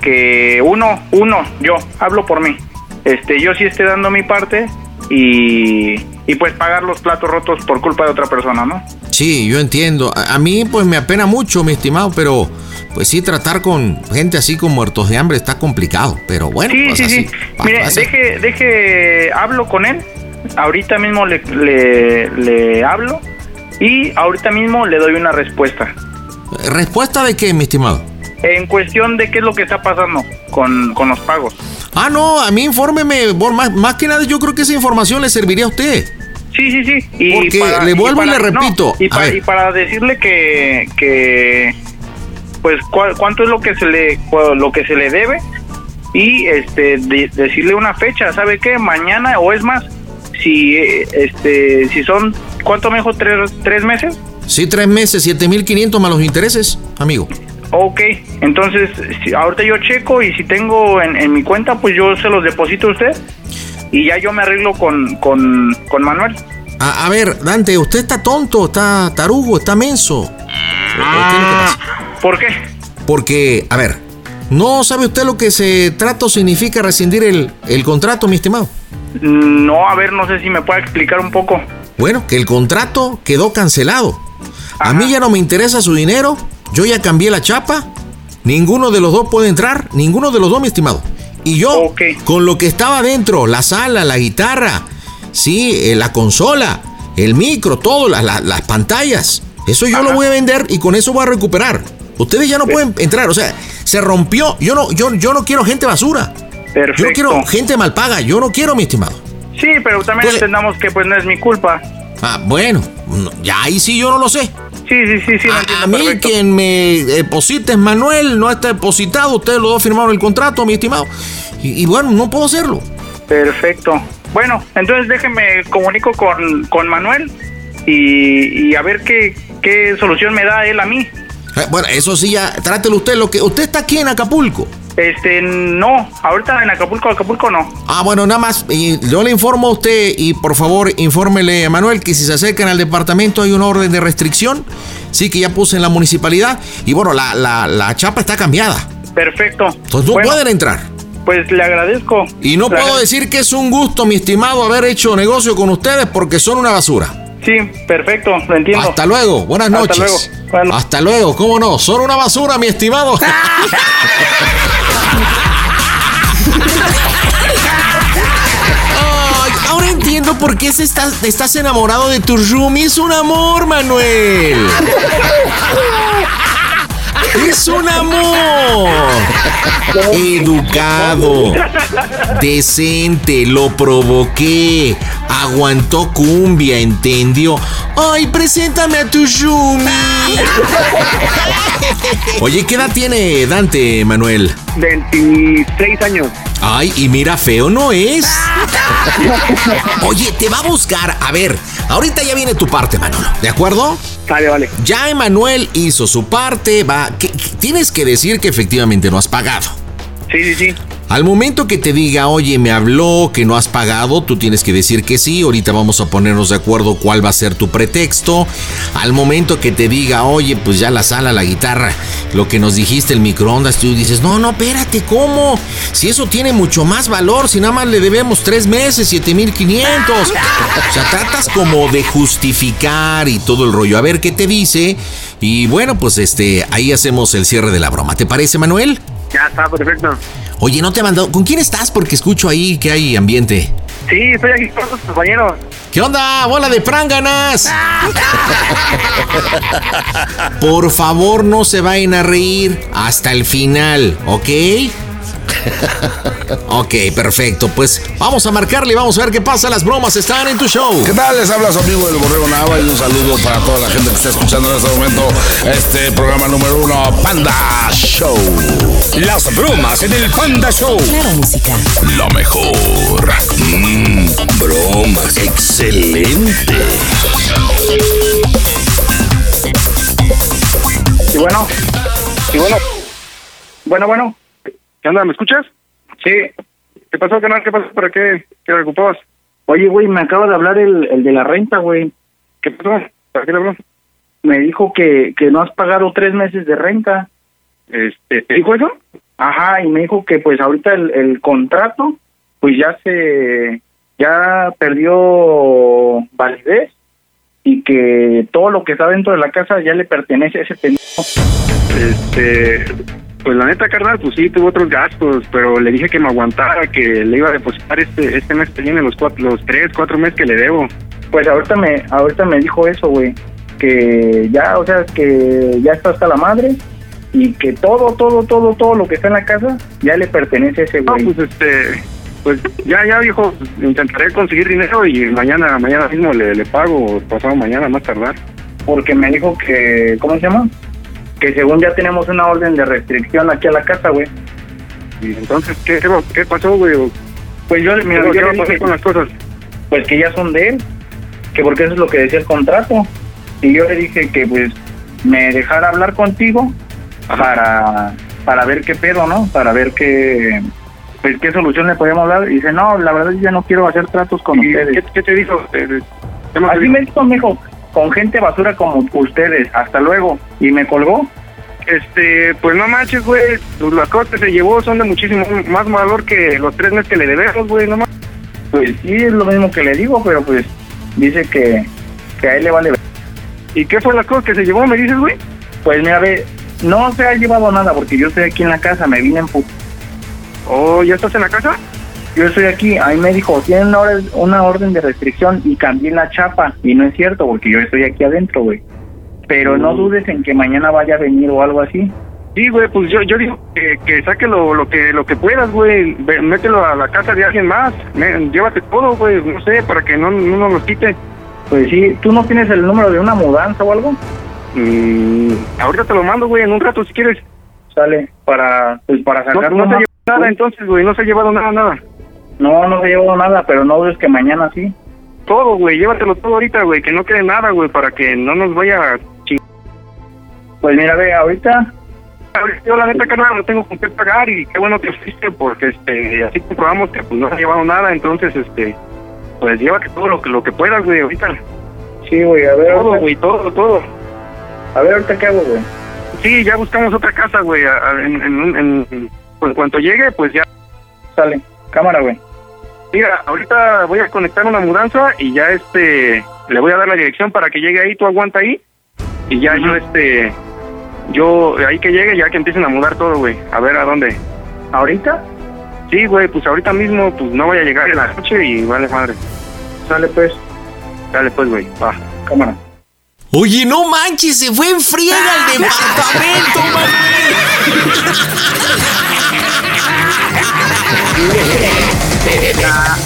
Speaker 14: que uno, uno, yo, hablo por mí. Este, yo sí esté dando mi parte y, y pues pagar los platos rotos por culpa de otra persona, ¿no?
Speaker 2: Sí, yo entiendo. A, a mí pues me apena mucho, mi estimado, pero pues sí tratar con gente así con muertos de hambre está complicado, pero bueno,
Speaker 14: sí,
Speaker 2: pues
Speaker 14: sí,
Speaker 2: así.
Speaker 14: sí. Mire, deje, deje, hablo con él. Ahorita mismo le, le, le hablo y ahorita mismo le doy una respuesta.
Speaker 2: ¿Respuesta de qué, mi estimado?
Speaker 14: En cuestión de qué es lo que está pasando con, con los pagos.
Speaker 2: Ah, no, a mí infórmeme, por más, más que nada yo creo que esa información le serviría a usted.
Speaker 14: Sí, sí, sí. Y
Speaker 2: Porque
Speaker 14: para-
Speaker 2: le vuelvo y,
Speaker 14: para-
Speaker 2: le
Speaker 14: no,
Speaker 2: repito.
Speaker 14: y,
Speaker 2: a
Speaker 14: para,
Speaker 2: ver,
Speaker 14: y para decirle que, que pues cuál- cuánto es lo que se le lo que se le debe y este de- decirle una fecha, ¿sabe qué? Mañana o es más, si eh, este si son cuánto me dijo tres, tres meses.
Speaker 2: Sí, tres meses, 7.500 más los intereses, amigo.
Speaker 14: Ok, entonces si- ahorita yo checo y si tengo en, en mi cuenta, pues yo se los deposito a usted y ya yo me arreglo con, con, con Manuel.
Speaker 2: A, a ver, Dante, usted está tonto, está tarugo, está menso.
Speaker 14: ¿Por qué?
Speaker 2: Porque, a ver, ¿no sabe usted lo que ese trato significa rescindir el, el contrato, mi estimado?
Speaker 14: No, a ver, no sé si me puede explicar un poco.
Speaker 2: Bueno, que el contrato quedó cancelado. A mí ya no me interesa su dinero, yo ya cambié la chapa, ninguno de los dos puede entrar, ninguno de los dos, mi estimado. Y yo, con lo que estaba adentro, la sala, la guitarra, sí, eh, la consola, el micro, todo, la- la- las pantallas, eso yo lo voy a vender y con eso voy a recuperar. Ustedes ya no pueden entrar, o sea, se rompió. Yo no, yo, yo no quiero gente basura. Yo
Speaker 14: Perfecto.
Speaker 2: quiero gente mal paga, yo no quiero, mi estimado.
Speaker 14: Sí, pero también entendamos que pues no es mi culpa.
Speaker 2: Ah, bueno, no, ya ahí sí yo no lo sé.
Speaker 14: Sí, sí, sí, sí.
Speaker 2: Ah, A, a mí quien me deposite es Manuel, no está depositado, ustedes los dos firmaron el contrato, mi estimado. Y, y bueno, no puedo hacerlo.
Speaker 14: Perfecto. Bueno, entonces déjenme comunico con, con Manuel y, y a ver qué, qué solución me da él a mí.
Speaker 2: Eh, Bueno, eso sí, ya trátelo usted. Lo que, ¿Usted está aquí en Acapulco?
Speaker 14: Este, no, ahorita en Acapulco, Acapulco no.
Speaker 2: Ah, bueno, nada más. y yo le informo a usted y por favor infórmele a Manuel que si se acercan al departamento hay una orden de restricción. Sí, que ya puse en la municipalidad. Y bueno, la, la, la chapa está cambiada.
Speaker 14: Perfecto.
Speaker 2: Entonces no pueden entrar.
Speaker 14: Pues le agradezco.
Speaker 2: Y no
Speaker 14: Le
Speaker 2: puedo
Speaker 14: agrade-
Speaker 2: decir que es un gusto, mi estimado, haber hecho negocio con ustedes porque son una basura.
Speaker 14: Sí, perfecto, lo entiendo.
Speaker 2: Hasta luego, buenas
Speaker 14: Hasta
Speaker 2: noches.
Speaker 14: luego.
Speaker 2: Hasta luego, cómo no, son una basura, mi estimado. Ay, ahora entiendo por qué se está- estás enamorado de tu roomie. Es un amor, Manuel. Es un amor. Educado. Decente. Lo provoqué. Aguantó cumbia, entendió. Ay, preséntame a tu roomie. Oye, ¿qué edad tiene Dante, Manuel?
Speaker 13: 26 años.
Speaker 2: Ay, y mira, feo no es. Oye, te va a buscar. A ver, ahorita ya viene tu parte, Manolo. ¿De acuerdo?
Speaker 13: Vale, vale.
Speaker 2: Ya Emanuel hizo su parte. Va. que- que- tienes que decir que efectivamente no has pagado.
Speaker 14: Sí, sí, sí.
Speaker 2: Al momento que te diga, oye, me habló que no has pagado, tú tienes que decir que sí. Ahorita vamos a ponernos de acuerdo cuál va a ser tu pretexto. Al momento que te diga, oye, pues ya la sala, la guitarra, lo que nos dijiste, el microondas, tú dices, no, no, espérate, ¿cómo? Si eso tiene mucho más valor, si nada más le debemos tres meses, 7500. O sea, tratas como de justificar y todo el rollo. A ver qué te dice. Y bueno, pues este, ahí hacemos el cierre de la broma. ¿Te parece, Manuel?
Speaker 13: Ya está, perfecto.
Speaker 2: Oye, no te he mandado. ¿Con quién estás? Porque escucho ahí que hay ambiente.
Speaker 13: Sí, estoy aquí con tus compañeros.
Speaker 2: ¿Qué onda? ¡Bola de pránganas! Por favor, no se vayan a reír hasta el final, ¿ok? Ok, perfecto. Pues vamos a marcarle y vamos a ver qué pasa. Las bromas están en tu show.
Speaker 15: ¿Qué tal? Les habla su amigo del Borrego Nava y un saludo para toda la gente que está escuchando en este momento este programa número uno, Panda Show.
Speaker 5: Las bromas en el Panda Show. Claro, música. Lo mejor. Mm, bromas. Excelente.
Speaker 13: Y bueno, y bueno. Bueno, bueno. ¿Qué onda? ¿Me escuchas? Sí. ¿Qué pasó, canal? ¿Qué pasó? ¿Para qué? ¿Qué ocupabas? Oye, güey, me acaba de hablar el, el de la renta, güey. ¿Qué pasó? ¿Para qué le habló?
Speaker 14: Me dijo que, que no has pagado tres meses de renta.
Speaker 13: Este, ¿Te dijo eso?
Speaker 14: Ajá, y me dijo que pues ahorita el, el contrato pues ya se ya perdió validez y que todo lo que está dentro de la casa ya le pertenece a ese pendejo. Este, pues la neta, carnal, pues sí, tuvo otros gastos, pero le dije que me aguantara, que le iba a depositar este, este mes que viene, los, cuatro, los tres, cuatro meses que le debo. Pues ahorita me, ahorita me dijo eso, güey, que ya, o sea, que ya está hasta la madre y que todo, todo, todo, todo lo que está en la casa ya le pertenece a ese güey.
Speaker 13: pues este, pues ya, ya viejo, intentaré conseguir dinero y mañana, mañana mismo le, le pago, pasado mañana más tardar.
Speaker 14: porque me dijo que, ¿cómo se llama? Que según ya tenemos una orden de restricción aquí a la casa, güey.
Speaker 13: Y entonces, ¿qué, qué, qué pasó, güey?
Speaker 14: Pues yo, mira,
Speaker 13: ¿Qué
Speaker 14: yo
Speaker 13: va a
Speaker 14: le
Speaker 13: pasar
Speaker 14: dije,
Speaker 13: con las cosas?
Speaker 14: pues que ya son de él, que porque eso es lo que decía el contrato. Y yo le dije que pues me dejara hablar contigo para, para ver qué pedo, ¿no? Para ver qué, pues, qué solución le podíamos dar. Y dice, no, la verdad yo ya no quiero hacer tratos con
Speaker 13: ¿Y
Speaker 14: ustedes.
Speaker 13: ¿Qué, qué te dijo? Eh, ¿qué más te
Speaker 14: Así
Speaker 13: dijo?
Speaker 14: me dijo, me dijo, con gente basura como ustedes, hasta luego. Y me colgó.
Speaker 13: Este, pues no manches, güey. Pues las cosas que se llevó son de muchísimo más valor que los tres meses que le debemos, güey, no manches.
Speaker 14: Pues sí, es lo mismo que le digo, pero pues dice que, que a él le vale. ver-
Speaker 13: ¿Y qué fue las cosas que se llevó, me dices, güey?
Speaker 14: Pues mira, ve, no se ha llevado nada porque yo estoy aquí en la casa, me vine en puto.
Speaker 13: ¿O Oh, ya estás en la casa?
Speaker 14: Yo estoy aquí, ahí me dijo, tienen una, orden- una orden de restricción y cambié la chapa. Y no es cierto porque yo estoy aquí adentro, güey. Pero
Speaker 13: Mm.
Speaker 14: no dudes en que mañana vaya a venir o algo así.
Speaker 13: Sí, güey, pues yo, yo digo que, que saque lo, lo que lo que puedas, güey. Ve- Mételo a la casa de alguien más. Me- llévate todo, güey, no sé, para que no, no nos los quite.
Speaker 14: Pues sí, ¿tú no tienes el número de una mudanza o algo?
Speaker 13: Mm, ahorita te lo mando, güey, en un rato si quieres.
Speaker 14: Sale, para, pues para
Speaker 13: No,
Speaker 14: sacar
Speaker 13: no se
Speaker 14: una-
Speaker 13: llevó nada entonces, güey, no se ha llevado nada, nada.
Speaker 14: No, no se llevó nada, pero no dudes que mañana sí.
Speaker 13: Todo, güey, llévatelo todo ahorita, güey, que no quede nada, güey, para que no nos vaya a chingar.
Speaker 14: Pues mira, ve, ahorita
Speaker 13: Yo la neta, carnal, no tengo con qué pagar y qué bueno que fuiste porque este, así comprobamos que pues no se ha llevado nada, entonces, este, pues llévate todo lo que, lo que puedas, güey, ahorita.
Speaker 14: Sí, güey, a ver.
Speaker 13: Todo, güey, todo, todo.
Speaker 14: A ver, ahorita qué hago, güey.
Speaker 13: Sí, ya buscamos otra casa, güey. a- a- En, en, en- en- en cuanto llegue, pues ya.
Speaker 14: Sale. Cámara, güey.
Speaker 13: Mira, ahorita voy a conectar una mudanza y ya este. Le voy a dar la dirección para que llegue ahí, tú aguanta ahí. Y ya yo este. Yo, ahí que llegue, ya que empiecen a mudar todo, güey. A ver a dónde.
Speaker 14: ¿Ahorita?
Speaker 13: Sí, güey, pues ahorita mismo, pues no voy a llegar en la noche y vale madre.
Speaker 14: Sale pues.
Speaker 13: Dale pues, güey, va.
Speaker 14: Cámara.
Speaker 2: Oye, no manches, se fue en friega al departamento,
Speaker 14: La-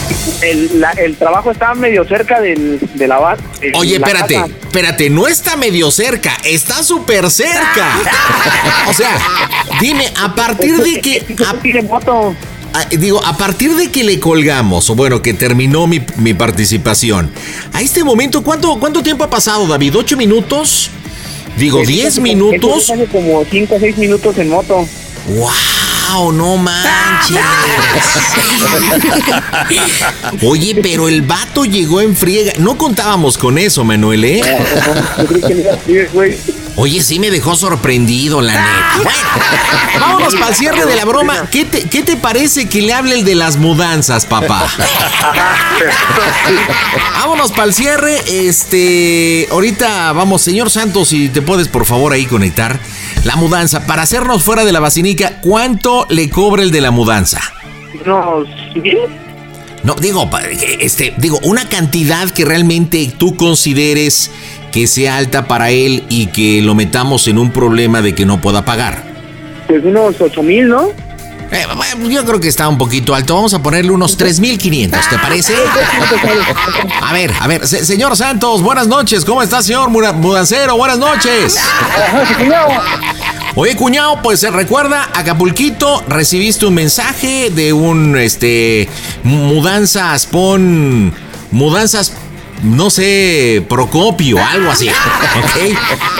Speaker 14: el, la- el trabajo estaba medio cerca del, de la base.
Speaker 2: Oye, espérate, espérate, no está medio cerca, está súper cerca. O sea, dime, a partir de que. a- Ah, digo, a partir de que le colgamos, o bueno, que terminó mi, mi participación, a este momento, ¿cuánto, ¿cuánto tiempo ha pasado, David? ¿Ocho minutos? Digo, diez minutos.
Speaker 14: pues, Hace como 5 o 6 minutos en moto.
Speaker 2: ¡Wow! ¡No manches! Oye, pero el vato llegó en friega. No contábamos con eso, Manuel, ¿eh? Oye, sí me dejó sorprendido, la neta. Bueno, Ah. vámonos para el cierre de la broma. ¿Qué te, qué te parece que le hable el de las mudanzas, papá? Vámonos para el cierre. Este, ahorita vamos, señor Santos, si te puedes por favor ahí conectar la mudanza para hacernos fuera de la vacinica. ¿Cuánto le cobra el de la mudanza?
Speaker 13: Unos
Speaker 2: No, digo, pa- que, este, digo, una cantidad que realmente tú consideres que sea alta para él y que lo metamos en un problema de que no pueda pagar. Eh,
Speaker 13: Pues unos 8 mil, ¿no?
Speaker 2: yo creo que está un poquito alto. Vamos a ponerle unos 3.500, ¿te parece? A ver, a ver, se- señor Santos, buenas noches. ¿Cómo está, señor mura- mudancero? Buenas noches. Oye, cuñado, pues se recuerda, Acapulquito, recibiste un mensaje de un, este, mudanzas, pon, mudanzas no sé, Procopio, algo así. ¿ok?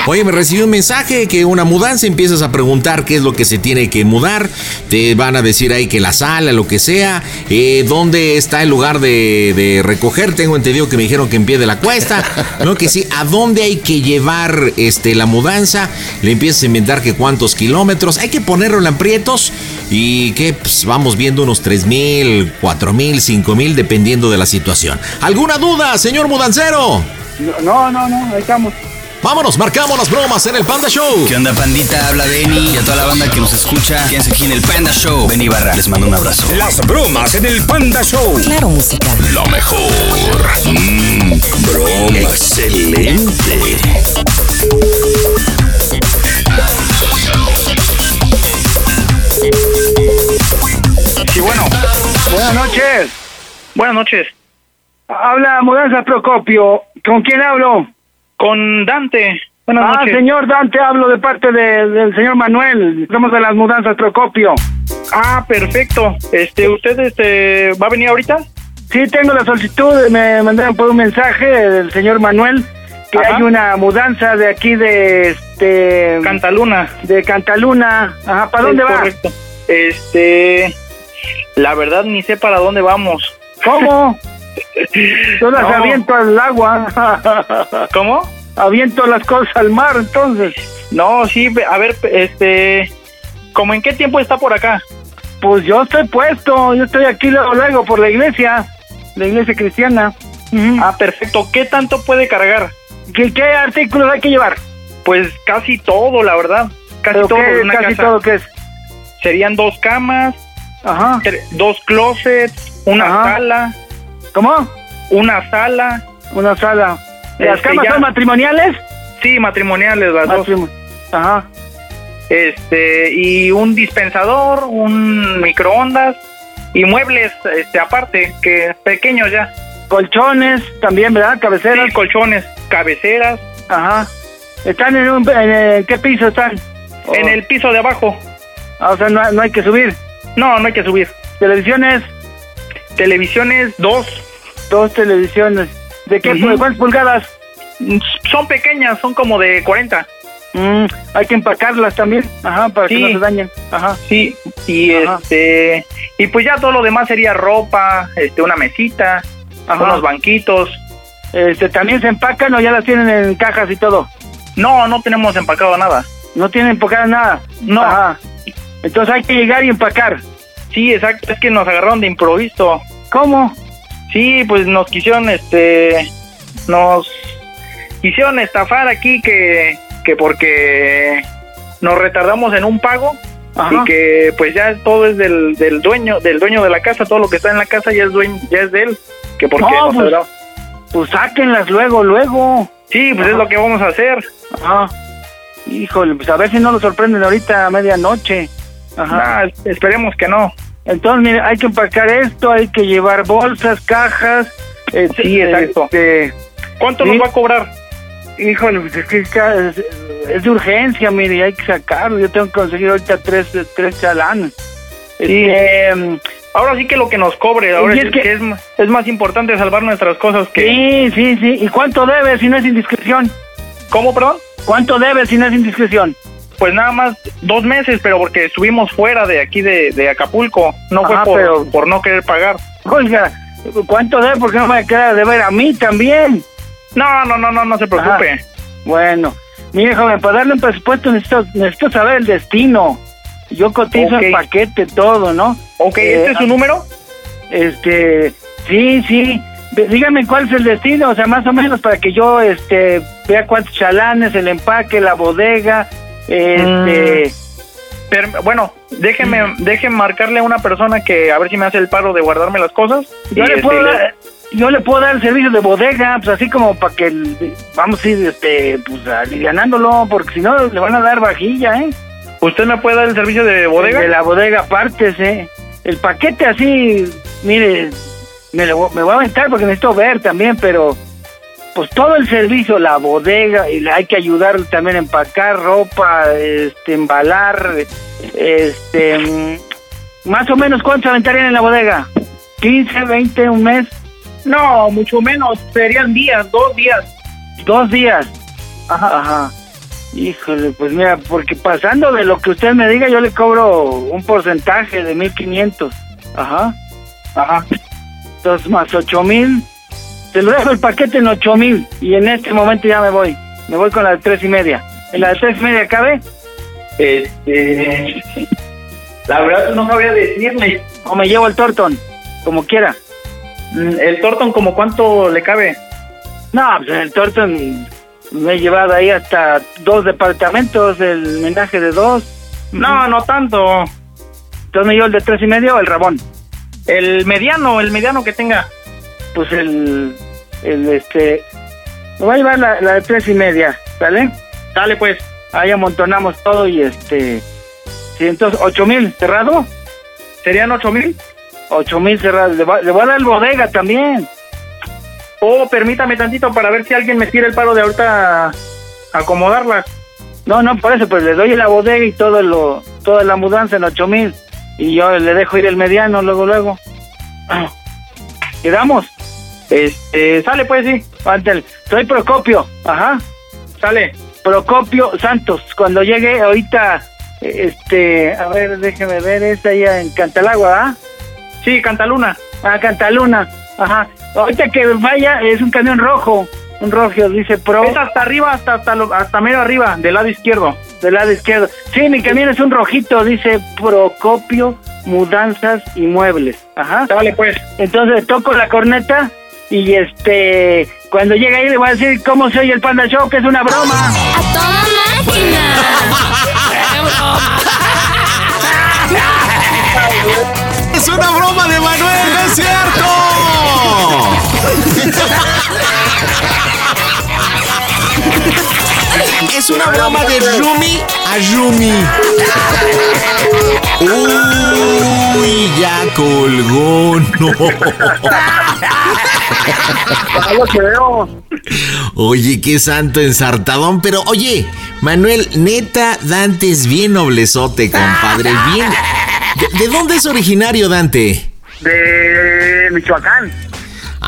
Speaker 2: Oye, me recibió un mensaje que una mudanza, empiezas a preguntar qué es lo que se tiene que mudar, te van a decir ahí que la sala, lo que sea, eh, dónde está el lugar de, de recoger, tengo entendido que me dijeron que en pie de la cuesta, no que sí, a dónde hay que llevar este, la mudanza, le empiezas a inventar que cuántos kilómetros, hay que ponerlo en aprietos y que pues, vamos viendo unos 3 mil, 4 mil, 5 mil, dependiendo de la situación. ¿Alguna duda, señor mudancero?
Speaker 14: No, no, no, ahí estamos.
Speaker 2: Vámonos, marcamos las bromas en el Panda Show.
Speaker 5: ¿Qué onda, pandita? Habla Denny y a toda la banda que nos escucha. Quédense aquí en el Panda Show. Benny Barra, les mando un abrazo.
Speaker 2: Las
Speaker 5: bromas en el Panda Show.
Speaker 16: Claro, música.
Speaker 5: Lo mejor. Mm, broma excelente.
Speaker 14: Sí, bueno. Buenas noches. Buenas noches. Habla Mudanza Procopio. ¿Con quién hablo? Con Dante.
Speaker 13: Buenas
Speaker 14: ah,
Speaker 13: noches.
Speaker 14: señor Dante, hablo de parte de- del señor Manuel. Somos de las Mudanzas Procopio.
Speaker 13: Ah, perfecto. Este, ¿usted este, va a venir ahorita?
Speaker 14: Sí, tengo la solicitud. Me mandaron por un mensaje del señor Manuel que
Speaker 13: Ajá.
Speaker 14: hay una mudanza de aquí de este
Speaker 13: Cantaluna.
Speaker 14: De Cantaluna. Ajá, ¿para
Speaker 13: Es
Speaker 14: dónde va?
Speaker 13: correcto. Este, la verdad ni sé para dónde vamos.
Speaker 14: ¿Cómo? Yo las
Speaker 13: No.
Speaker 14: aviento al agua.
Speaker 13: ¿Cómo?
Speaker 14: Aviento las cosas al mar, entonces.
Speaker 13: No, sí, ve- a ver, este, ¿como en qué tiempo está por acá?
Speaker 14: Pues yo estoy puesto, yo estoy aquí luego, luego por la iglesia, la iglesia cristiana.
Speaker 13: Ah, perfecto. ¿Qué tanto puede cargar?
Speaker 14: ¿Qué, qué artículos hay que llevar?
Speaker 13: Pues casi todo, la verdad. Casi
Speaker 14: ¿Pero
Speaker 13: todo.
Speaker 14: qué-
Speaker 13: de una
Speaker 14: casi
Speaker 13: casa.
Speaker 14: todo qué es?
Speaker 13: Serían dos camas, tre- dos closets, una
Speaker 14: Ajá.
Speaker 13: sala.
Speaker 14: ¿Cómo?
Speaker 13: Una sala.
Speaker 14: Una sala. ¿Las
Speaker 13: Este,
Speaker 14: camas
Speaker 13: ya-
Speaker 14: son matrimoniales?
Speaker 13: Sí, matrimoniales las
Speaker 14: dos. Ajá.
Speaker 13: Este, y un dispensador, un microondas y muebles este, aparte, que pequeños ya.
Speaker 14: Colchones también, ¿verdad? Cabeceras.
Speaker 13: Sí, colchones, cabeceras.
Speaker 14: Ajá. ¿Están en, un, en, eh, qué piso están? Oh.
Speaker 13: En el piso de abajo.
Speaker 14: Ah, o sea, no, no hay que subir.
Speaker 13: No, no hay que subir.
Speaker 14: ¿Televisiones?
Speaker 13: Televisiones, dos.
Speaker 14: Dos televisiones. ¿De qué?
Speaker 13: Ujú.
Speaker 14: ¿De cuántas pulgadas?
Speaker 13: Son pequeñas, son como de 40.
Speaker 14: Mm, hay que empacarlas también, ajá, para
Speaker 13: Sí.
Speaker 14: que no se dañen. Ajá.
Speaker 13: Sí, y este y pues ya todo lo demás sería ropa, este una mesita,
Speaker 14: Ajá.
Speaker 13: unos banquitos.
Speaker 14: Este, ¿También se empacan o ya las tienen en cajas y todo?
Speaker 13: No, no tenemos empacado nada.
Speaker 14: No tienen empacadas nada.
Speaker 13: No.
Speaker 14: Ajá. Entonces hay que llegar y empacar.
Speaker 13: Sí, exacto, es que nos agarraron de improviso.
Speaker 14: ¿Cómo?
Speaker 13: Sí, pues nos quisieron este nos quisieron estafar aquí que que porque nos retardamos en un pago
Speaker 14: Ajá.
Speaker 13: y que pues ya todo es del, del dueño del dueño de la casa, todo lo que está en la casa ya es dueño, ya es de él, que porque
Speaker 14: No,
Speaker 13: nos
Speaker 14: pues,
Speaker 13: agarraron.
Speaker 14: Pues sáquenlas luego, luego.
Speaker 13: Sí, pues es lo que vamos a hacer.
Speaker 14: Ajá. Ah, Híjole, pues a ver si no lo sorprenden ahorita a medianoche. Ajá.
Speaker 13: esperemos que no.
Speaker 14: Entonces, mire, hay que empacar esto, hay que llevar bolsas, cajas. este,
Speaker 13: Sí, exacto.
Speaker 14: este,
Speaker 13: ¿Cuánto
Speaker 14: Sí.
Speaker 13: nos va a cobrar?
Speaker 14: Híjole, pues es que está- es, es de urgencia, mire, hay que sacarlo. Yo tengo que conseguir ahorita tres, tres chalanes.
Speaker 13: Sí.
Speaker 14: Este, mm,
Speaker 13: Ahora sí que lo que nos cobre, ahora
Speaker 14: Y
Speaker 13: sí
Speaker 14: es
Speaker 13: que es,
Speaker 14: que-
Speaker 13: m- es más importante salvar nuestras cosas que...
Speaker 14: sí, sí, sí. ¿Y cuánto debes si no es indiscreción?
Speaker 13: ¿Cómo, perdón?
Speaker 14: ¿Cuánto debes si no es indiscreción?
Speaker 13: Pues nada más dos meses, pero porque estuvimos fuera de aquí de, de Acapulco. No
Speaker 14: Ajá,
Speaker 13: fue por,
Speaker 14: pero-
Speaker 13: por no querer pagar.
Speaker 14: Oiga, ¿cuánto debes? Porque no me queda de ver a mí también.
Speaker 13: No, no, no, no, no se preocupe.
Speaker 14: Ajá. Bueno, mire, joven, para darle un presupuesto necesito, necesito saber el destino. Yo cotizo
Speaker 13: Ok.
Speaker 14: el paquete, todo, ¿no?
Speaker 13: Ok, ¿este es su
Speaker 14: ah,
Speaker 13: número?
Speaker 14: Este, sí, sí. D- Dígame cuál es el destino, o sea, más o menos para que yo este, vea cuántos chalanes, el empaque, la bodega, este...
Speaker 13: Pero, bueno, déjeme, déjeme marcarle a una persona que a ver si me hace el paro de guardarme las cosas.
Speaker 14: Yo,
Speaker 13: Y,
Speaker 14: le
Speaker 13: este,
Speaker 14: puedo
Speaker 13: le-
Speaker 14: dar, yo le puedo dar el servicio de bodega, pues así como para que el- vamos a ir este, pues, alivianándolo, porque si no le van a dar vajilla, ¿eh?
Speaker 13: ¿Usted me puede dar el servicio de bodega?
Speaker 14: De la bodega aparte, ¿eh? El paquete así, mire, me, lo vo- me voy a aventar porque necesito ver también, pero pues todo el servicio, la bodega, y la- hay que ayudar también a empacar ropa, este, embalar, este, mm, más o menos cuánto aventarían en la bodega, 15, 20, un mes.
Speaker 13: No, mucho menos. Serían días, dos días.
Speaker 14: Dos días. Ajá. Ajá. Híjole, pues mira, porque pasando de lo que usted me diga, yo le cobro un porcentaje de 1500. Ajá. Ajá. Entonces, más 8000. Te lo dejo el paquete en 8000. Y en este momento ya me voy. Me voy con la de tres y media. ¿En la de tres y media cabe?
Speaker 13: Este. La verdad no sabría decirle.
Speaker 14: ¿O me llevo el tortón? Como quiera.
Speaker 13: Mm, ¿El tortón como cuánto le cabe?
Speaker 14: No, pues en el Torton me he llevado ahí hasta dos departamentos, el menaje de dos.
Speaker 13: No, no tanto.
Speaker 14: Entonces me yo el de tres y medio, el rabón.
Speaker 13: El mediano, el mediano que tenga.
Speaker 14: Pues el, el este, me voy a llevar la, la de tres y media, ¿sale?
Speaker 13: Dale pues.
Speaker 14: Ahí amontonamos todo y este, sí, entonces ocho mil cerrado.
Speaker 13: ¿Serían ocho mil?
Speaker 14: Ocho mil cerrado, le, va- le voy a dar el bodega también.
Speaker 13: Oh, permítame tantito para ver si alguien me tira el paro de ahorita a acomodarlas.
Speaker 14: No, no, por eso, pues le doy la bodega y todo lo, toda la mudanza en ocho mil. Y yo le dejo ir el mediano luego, luego. ¿Quedamos?
Speaker 13: Este, sale pues, sí.
Speaker 14: Ándale. Soy Procopio. Ajá.
Speaker 13: Sale.
Speaker 14: Procopio Santos. Cuando llegue ahorita, eh, este, a ver, déjeme ver, es allá en Cantalagua, ¿ah?
Speaker 13: Sí, Cantaluna.
Speaker 14: Ah, Cantaluna. Ajá. Ahorita que vaya, es un camión rojo. Un rojo, dice Pro.
Speaker 13: Es hasta arriba, hasta, hasta, lo- hasta mero arriba, del lado izquierdo.
Speaker 14: Del lado izquierdo. Sí, mi camión es un rojito, dice Procopio Mudanzas y Muebles. Ajá.
Speaker 13: Dale pues.
Speaker 14: Entonces toco la corneta y este cuando llega ahí le voy a decir cómo se oye el Panda Show, que es una broma.
Speaker 17: ¡A toda
Speaker 6: ¡Es una broma de Manuel, no es cierto!
Speaker 2: Es una broma de Rumi a Rumi. Uy, ya colgó. No. Oye, qué santo ensartadón. Pero oye, Manuel, neta, Dante es bien noblezote, compadre. Bien. ¿De, de dónde es originario Dante?
Speaker 14: De Michoacán.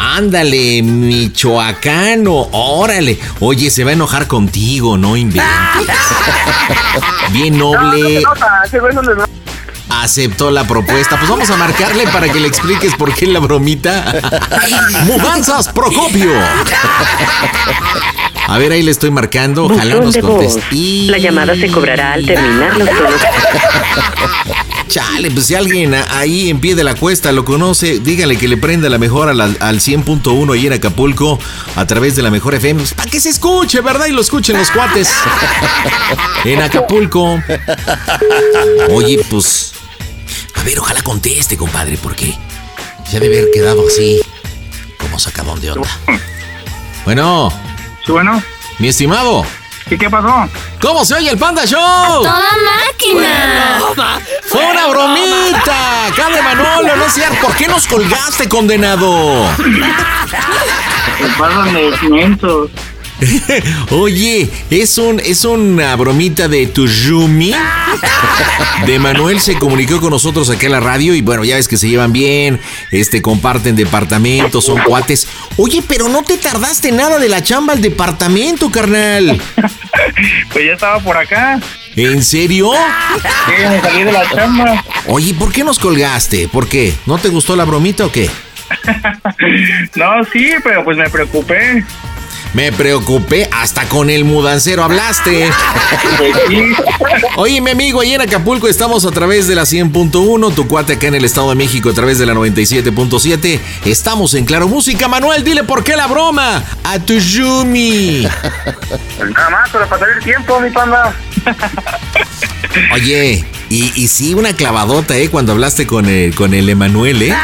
Speaker 2: Ándale, michoacano, órale. Oye, se va a enojar contigo, no inventes. Bien noble. Aceptó la propuesta. Pues vamos a marcarle para que le expliques por qué la bromita. Mudanzas Procopio. A ver, ahí le estoy marcando. Ojalá
Speaker 18: Buzón
Speaker 2: nos
Speaker 18: de voz.
Speaker 2: conteste. Y-
Speaker 18: La llamada se cobrará al terminar los tonos.
Speaker 2: Chale, pues si alguien a- ahí en pie de la cuesta lo conoce, dígale que le prenda la mejor a la- al 100.1 ahí en Acapulco a través de la mejor FM. Pues, para que se escuche, ¿verdad? Y lo escuchen los cuates. En Acapulco. Oye, pues. A ver, ojalá conteste, compadre, porque ya debe haber quedado así, como sacadón de onda. Bueno.
Speaker 13: Sí, bueno.
Speaker 2: Mi estimado.
Speaker 13: ¿Y qué pasó?
Speaker 2: ¿Cómo se oye el Panda Show? toda
Speaker 17: máquina!
Speaker 2: ¡Fue una bromita! Acá de Manolo, no es cierto. ¿Por qué nos colgaste, condenado? Oye, es un es una bromita de tu Yumi. De Manuel se comunicó con nosotros aquí en la radio y bueno, ya ves que se llevan bien, este comparten departamentos, son cuates. Oye, pero no te tardaste nada de la chamba al departamento, carnal.
Speaker 13: Pues ya estaba por acá.
Speaker 2: ¿En serio?
Speaker 13: Sí, me salí de la chamba.
Speaker 2: Oye, ¿por qué nos colgaste? ¿Por qué? ¿No te gustó la bromita o qué?
Speaker 13: No, sí, pero pues me preocupé.
Speaker 2: Me preocupé, hasta con el mudancero hablaste.
Speaker 13: Pues
Speaker 2: Oye, mi amigo, ahí en Acapulco estamos a través de la 100.1, tu cuate acá en el Estado de México a través de la 97.7. Estamos en Claro Música. Manuel, dile por qué la broma a tu Yumi.
Speaker 13: Nada más para pasar el tiempo, mi panda.
Speaker 2: Oye, y, y sí, una clavadota, ¿eh? Cuando hablaste con el, con el Emanuel, ¿eh?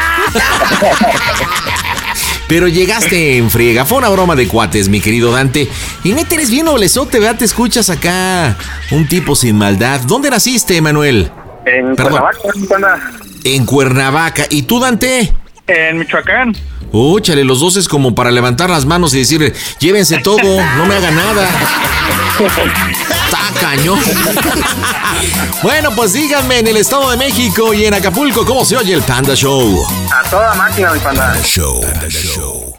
Speaker 2: Pero llegaste en friega. Fue una broma de cuates, mi querido Dante. Y neta, eres bien noblezote, ¿verdad? Te escuchas acá. Un tipo sin maldad. ¿Dónde naciste, Emanuel?
Speaker 13: En
Speaker 2: Perdón.
Speaker 13: Cuernavaca, mi panda.
Speaker 2: En Cuernavaca. ¿Y tú, Dante?
Speaker 13: En Michoacán.
Speaker 2: Úchale, los dos es como para levantar las manos y decirle, llévense todo, no me haga nada. Está cañón. bueno, pues díganme en el Estado de México y en Acapulco cómo se oye el Panda Show.
Speaker 19: A toda máquina, mi panda.
Speaker 2: Show. Panda Show.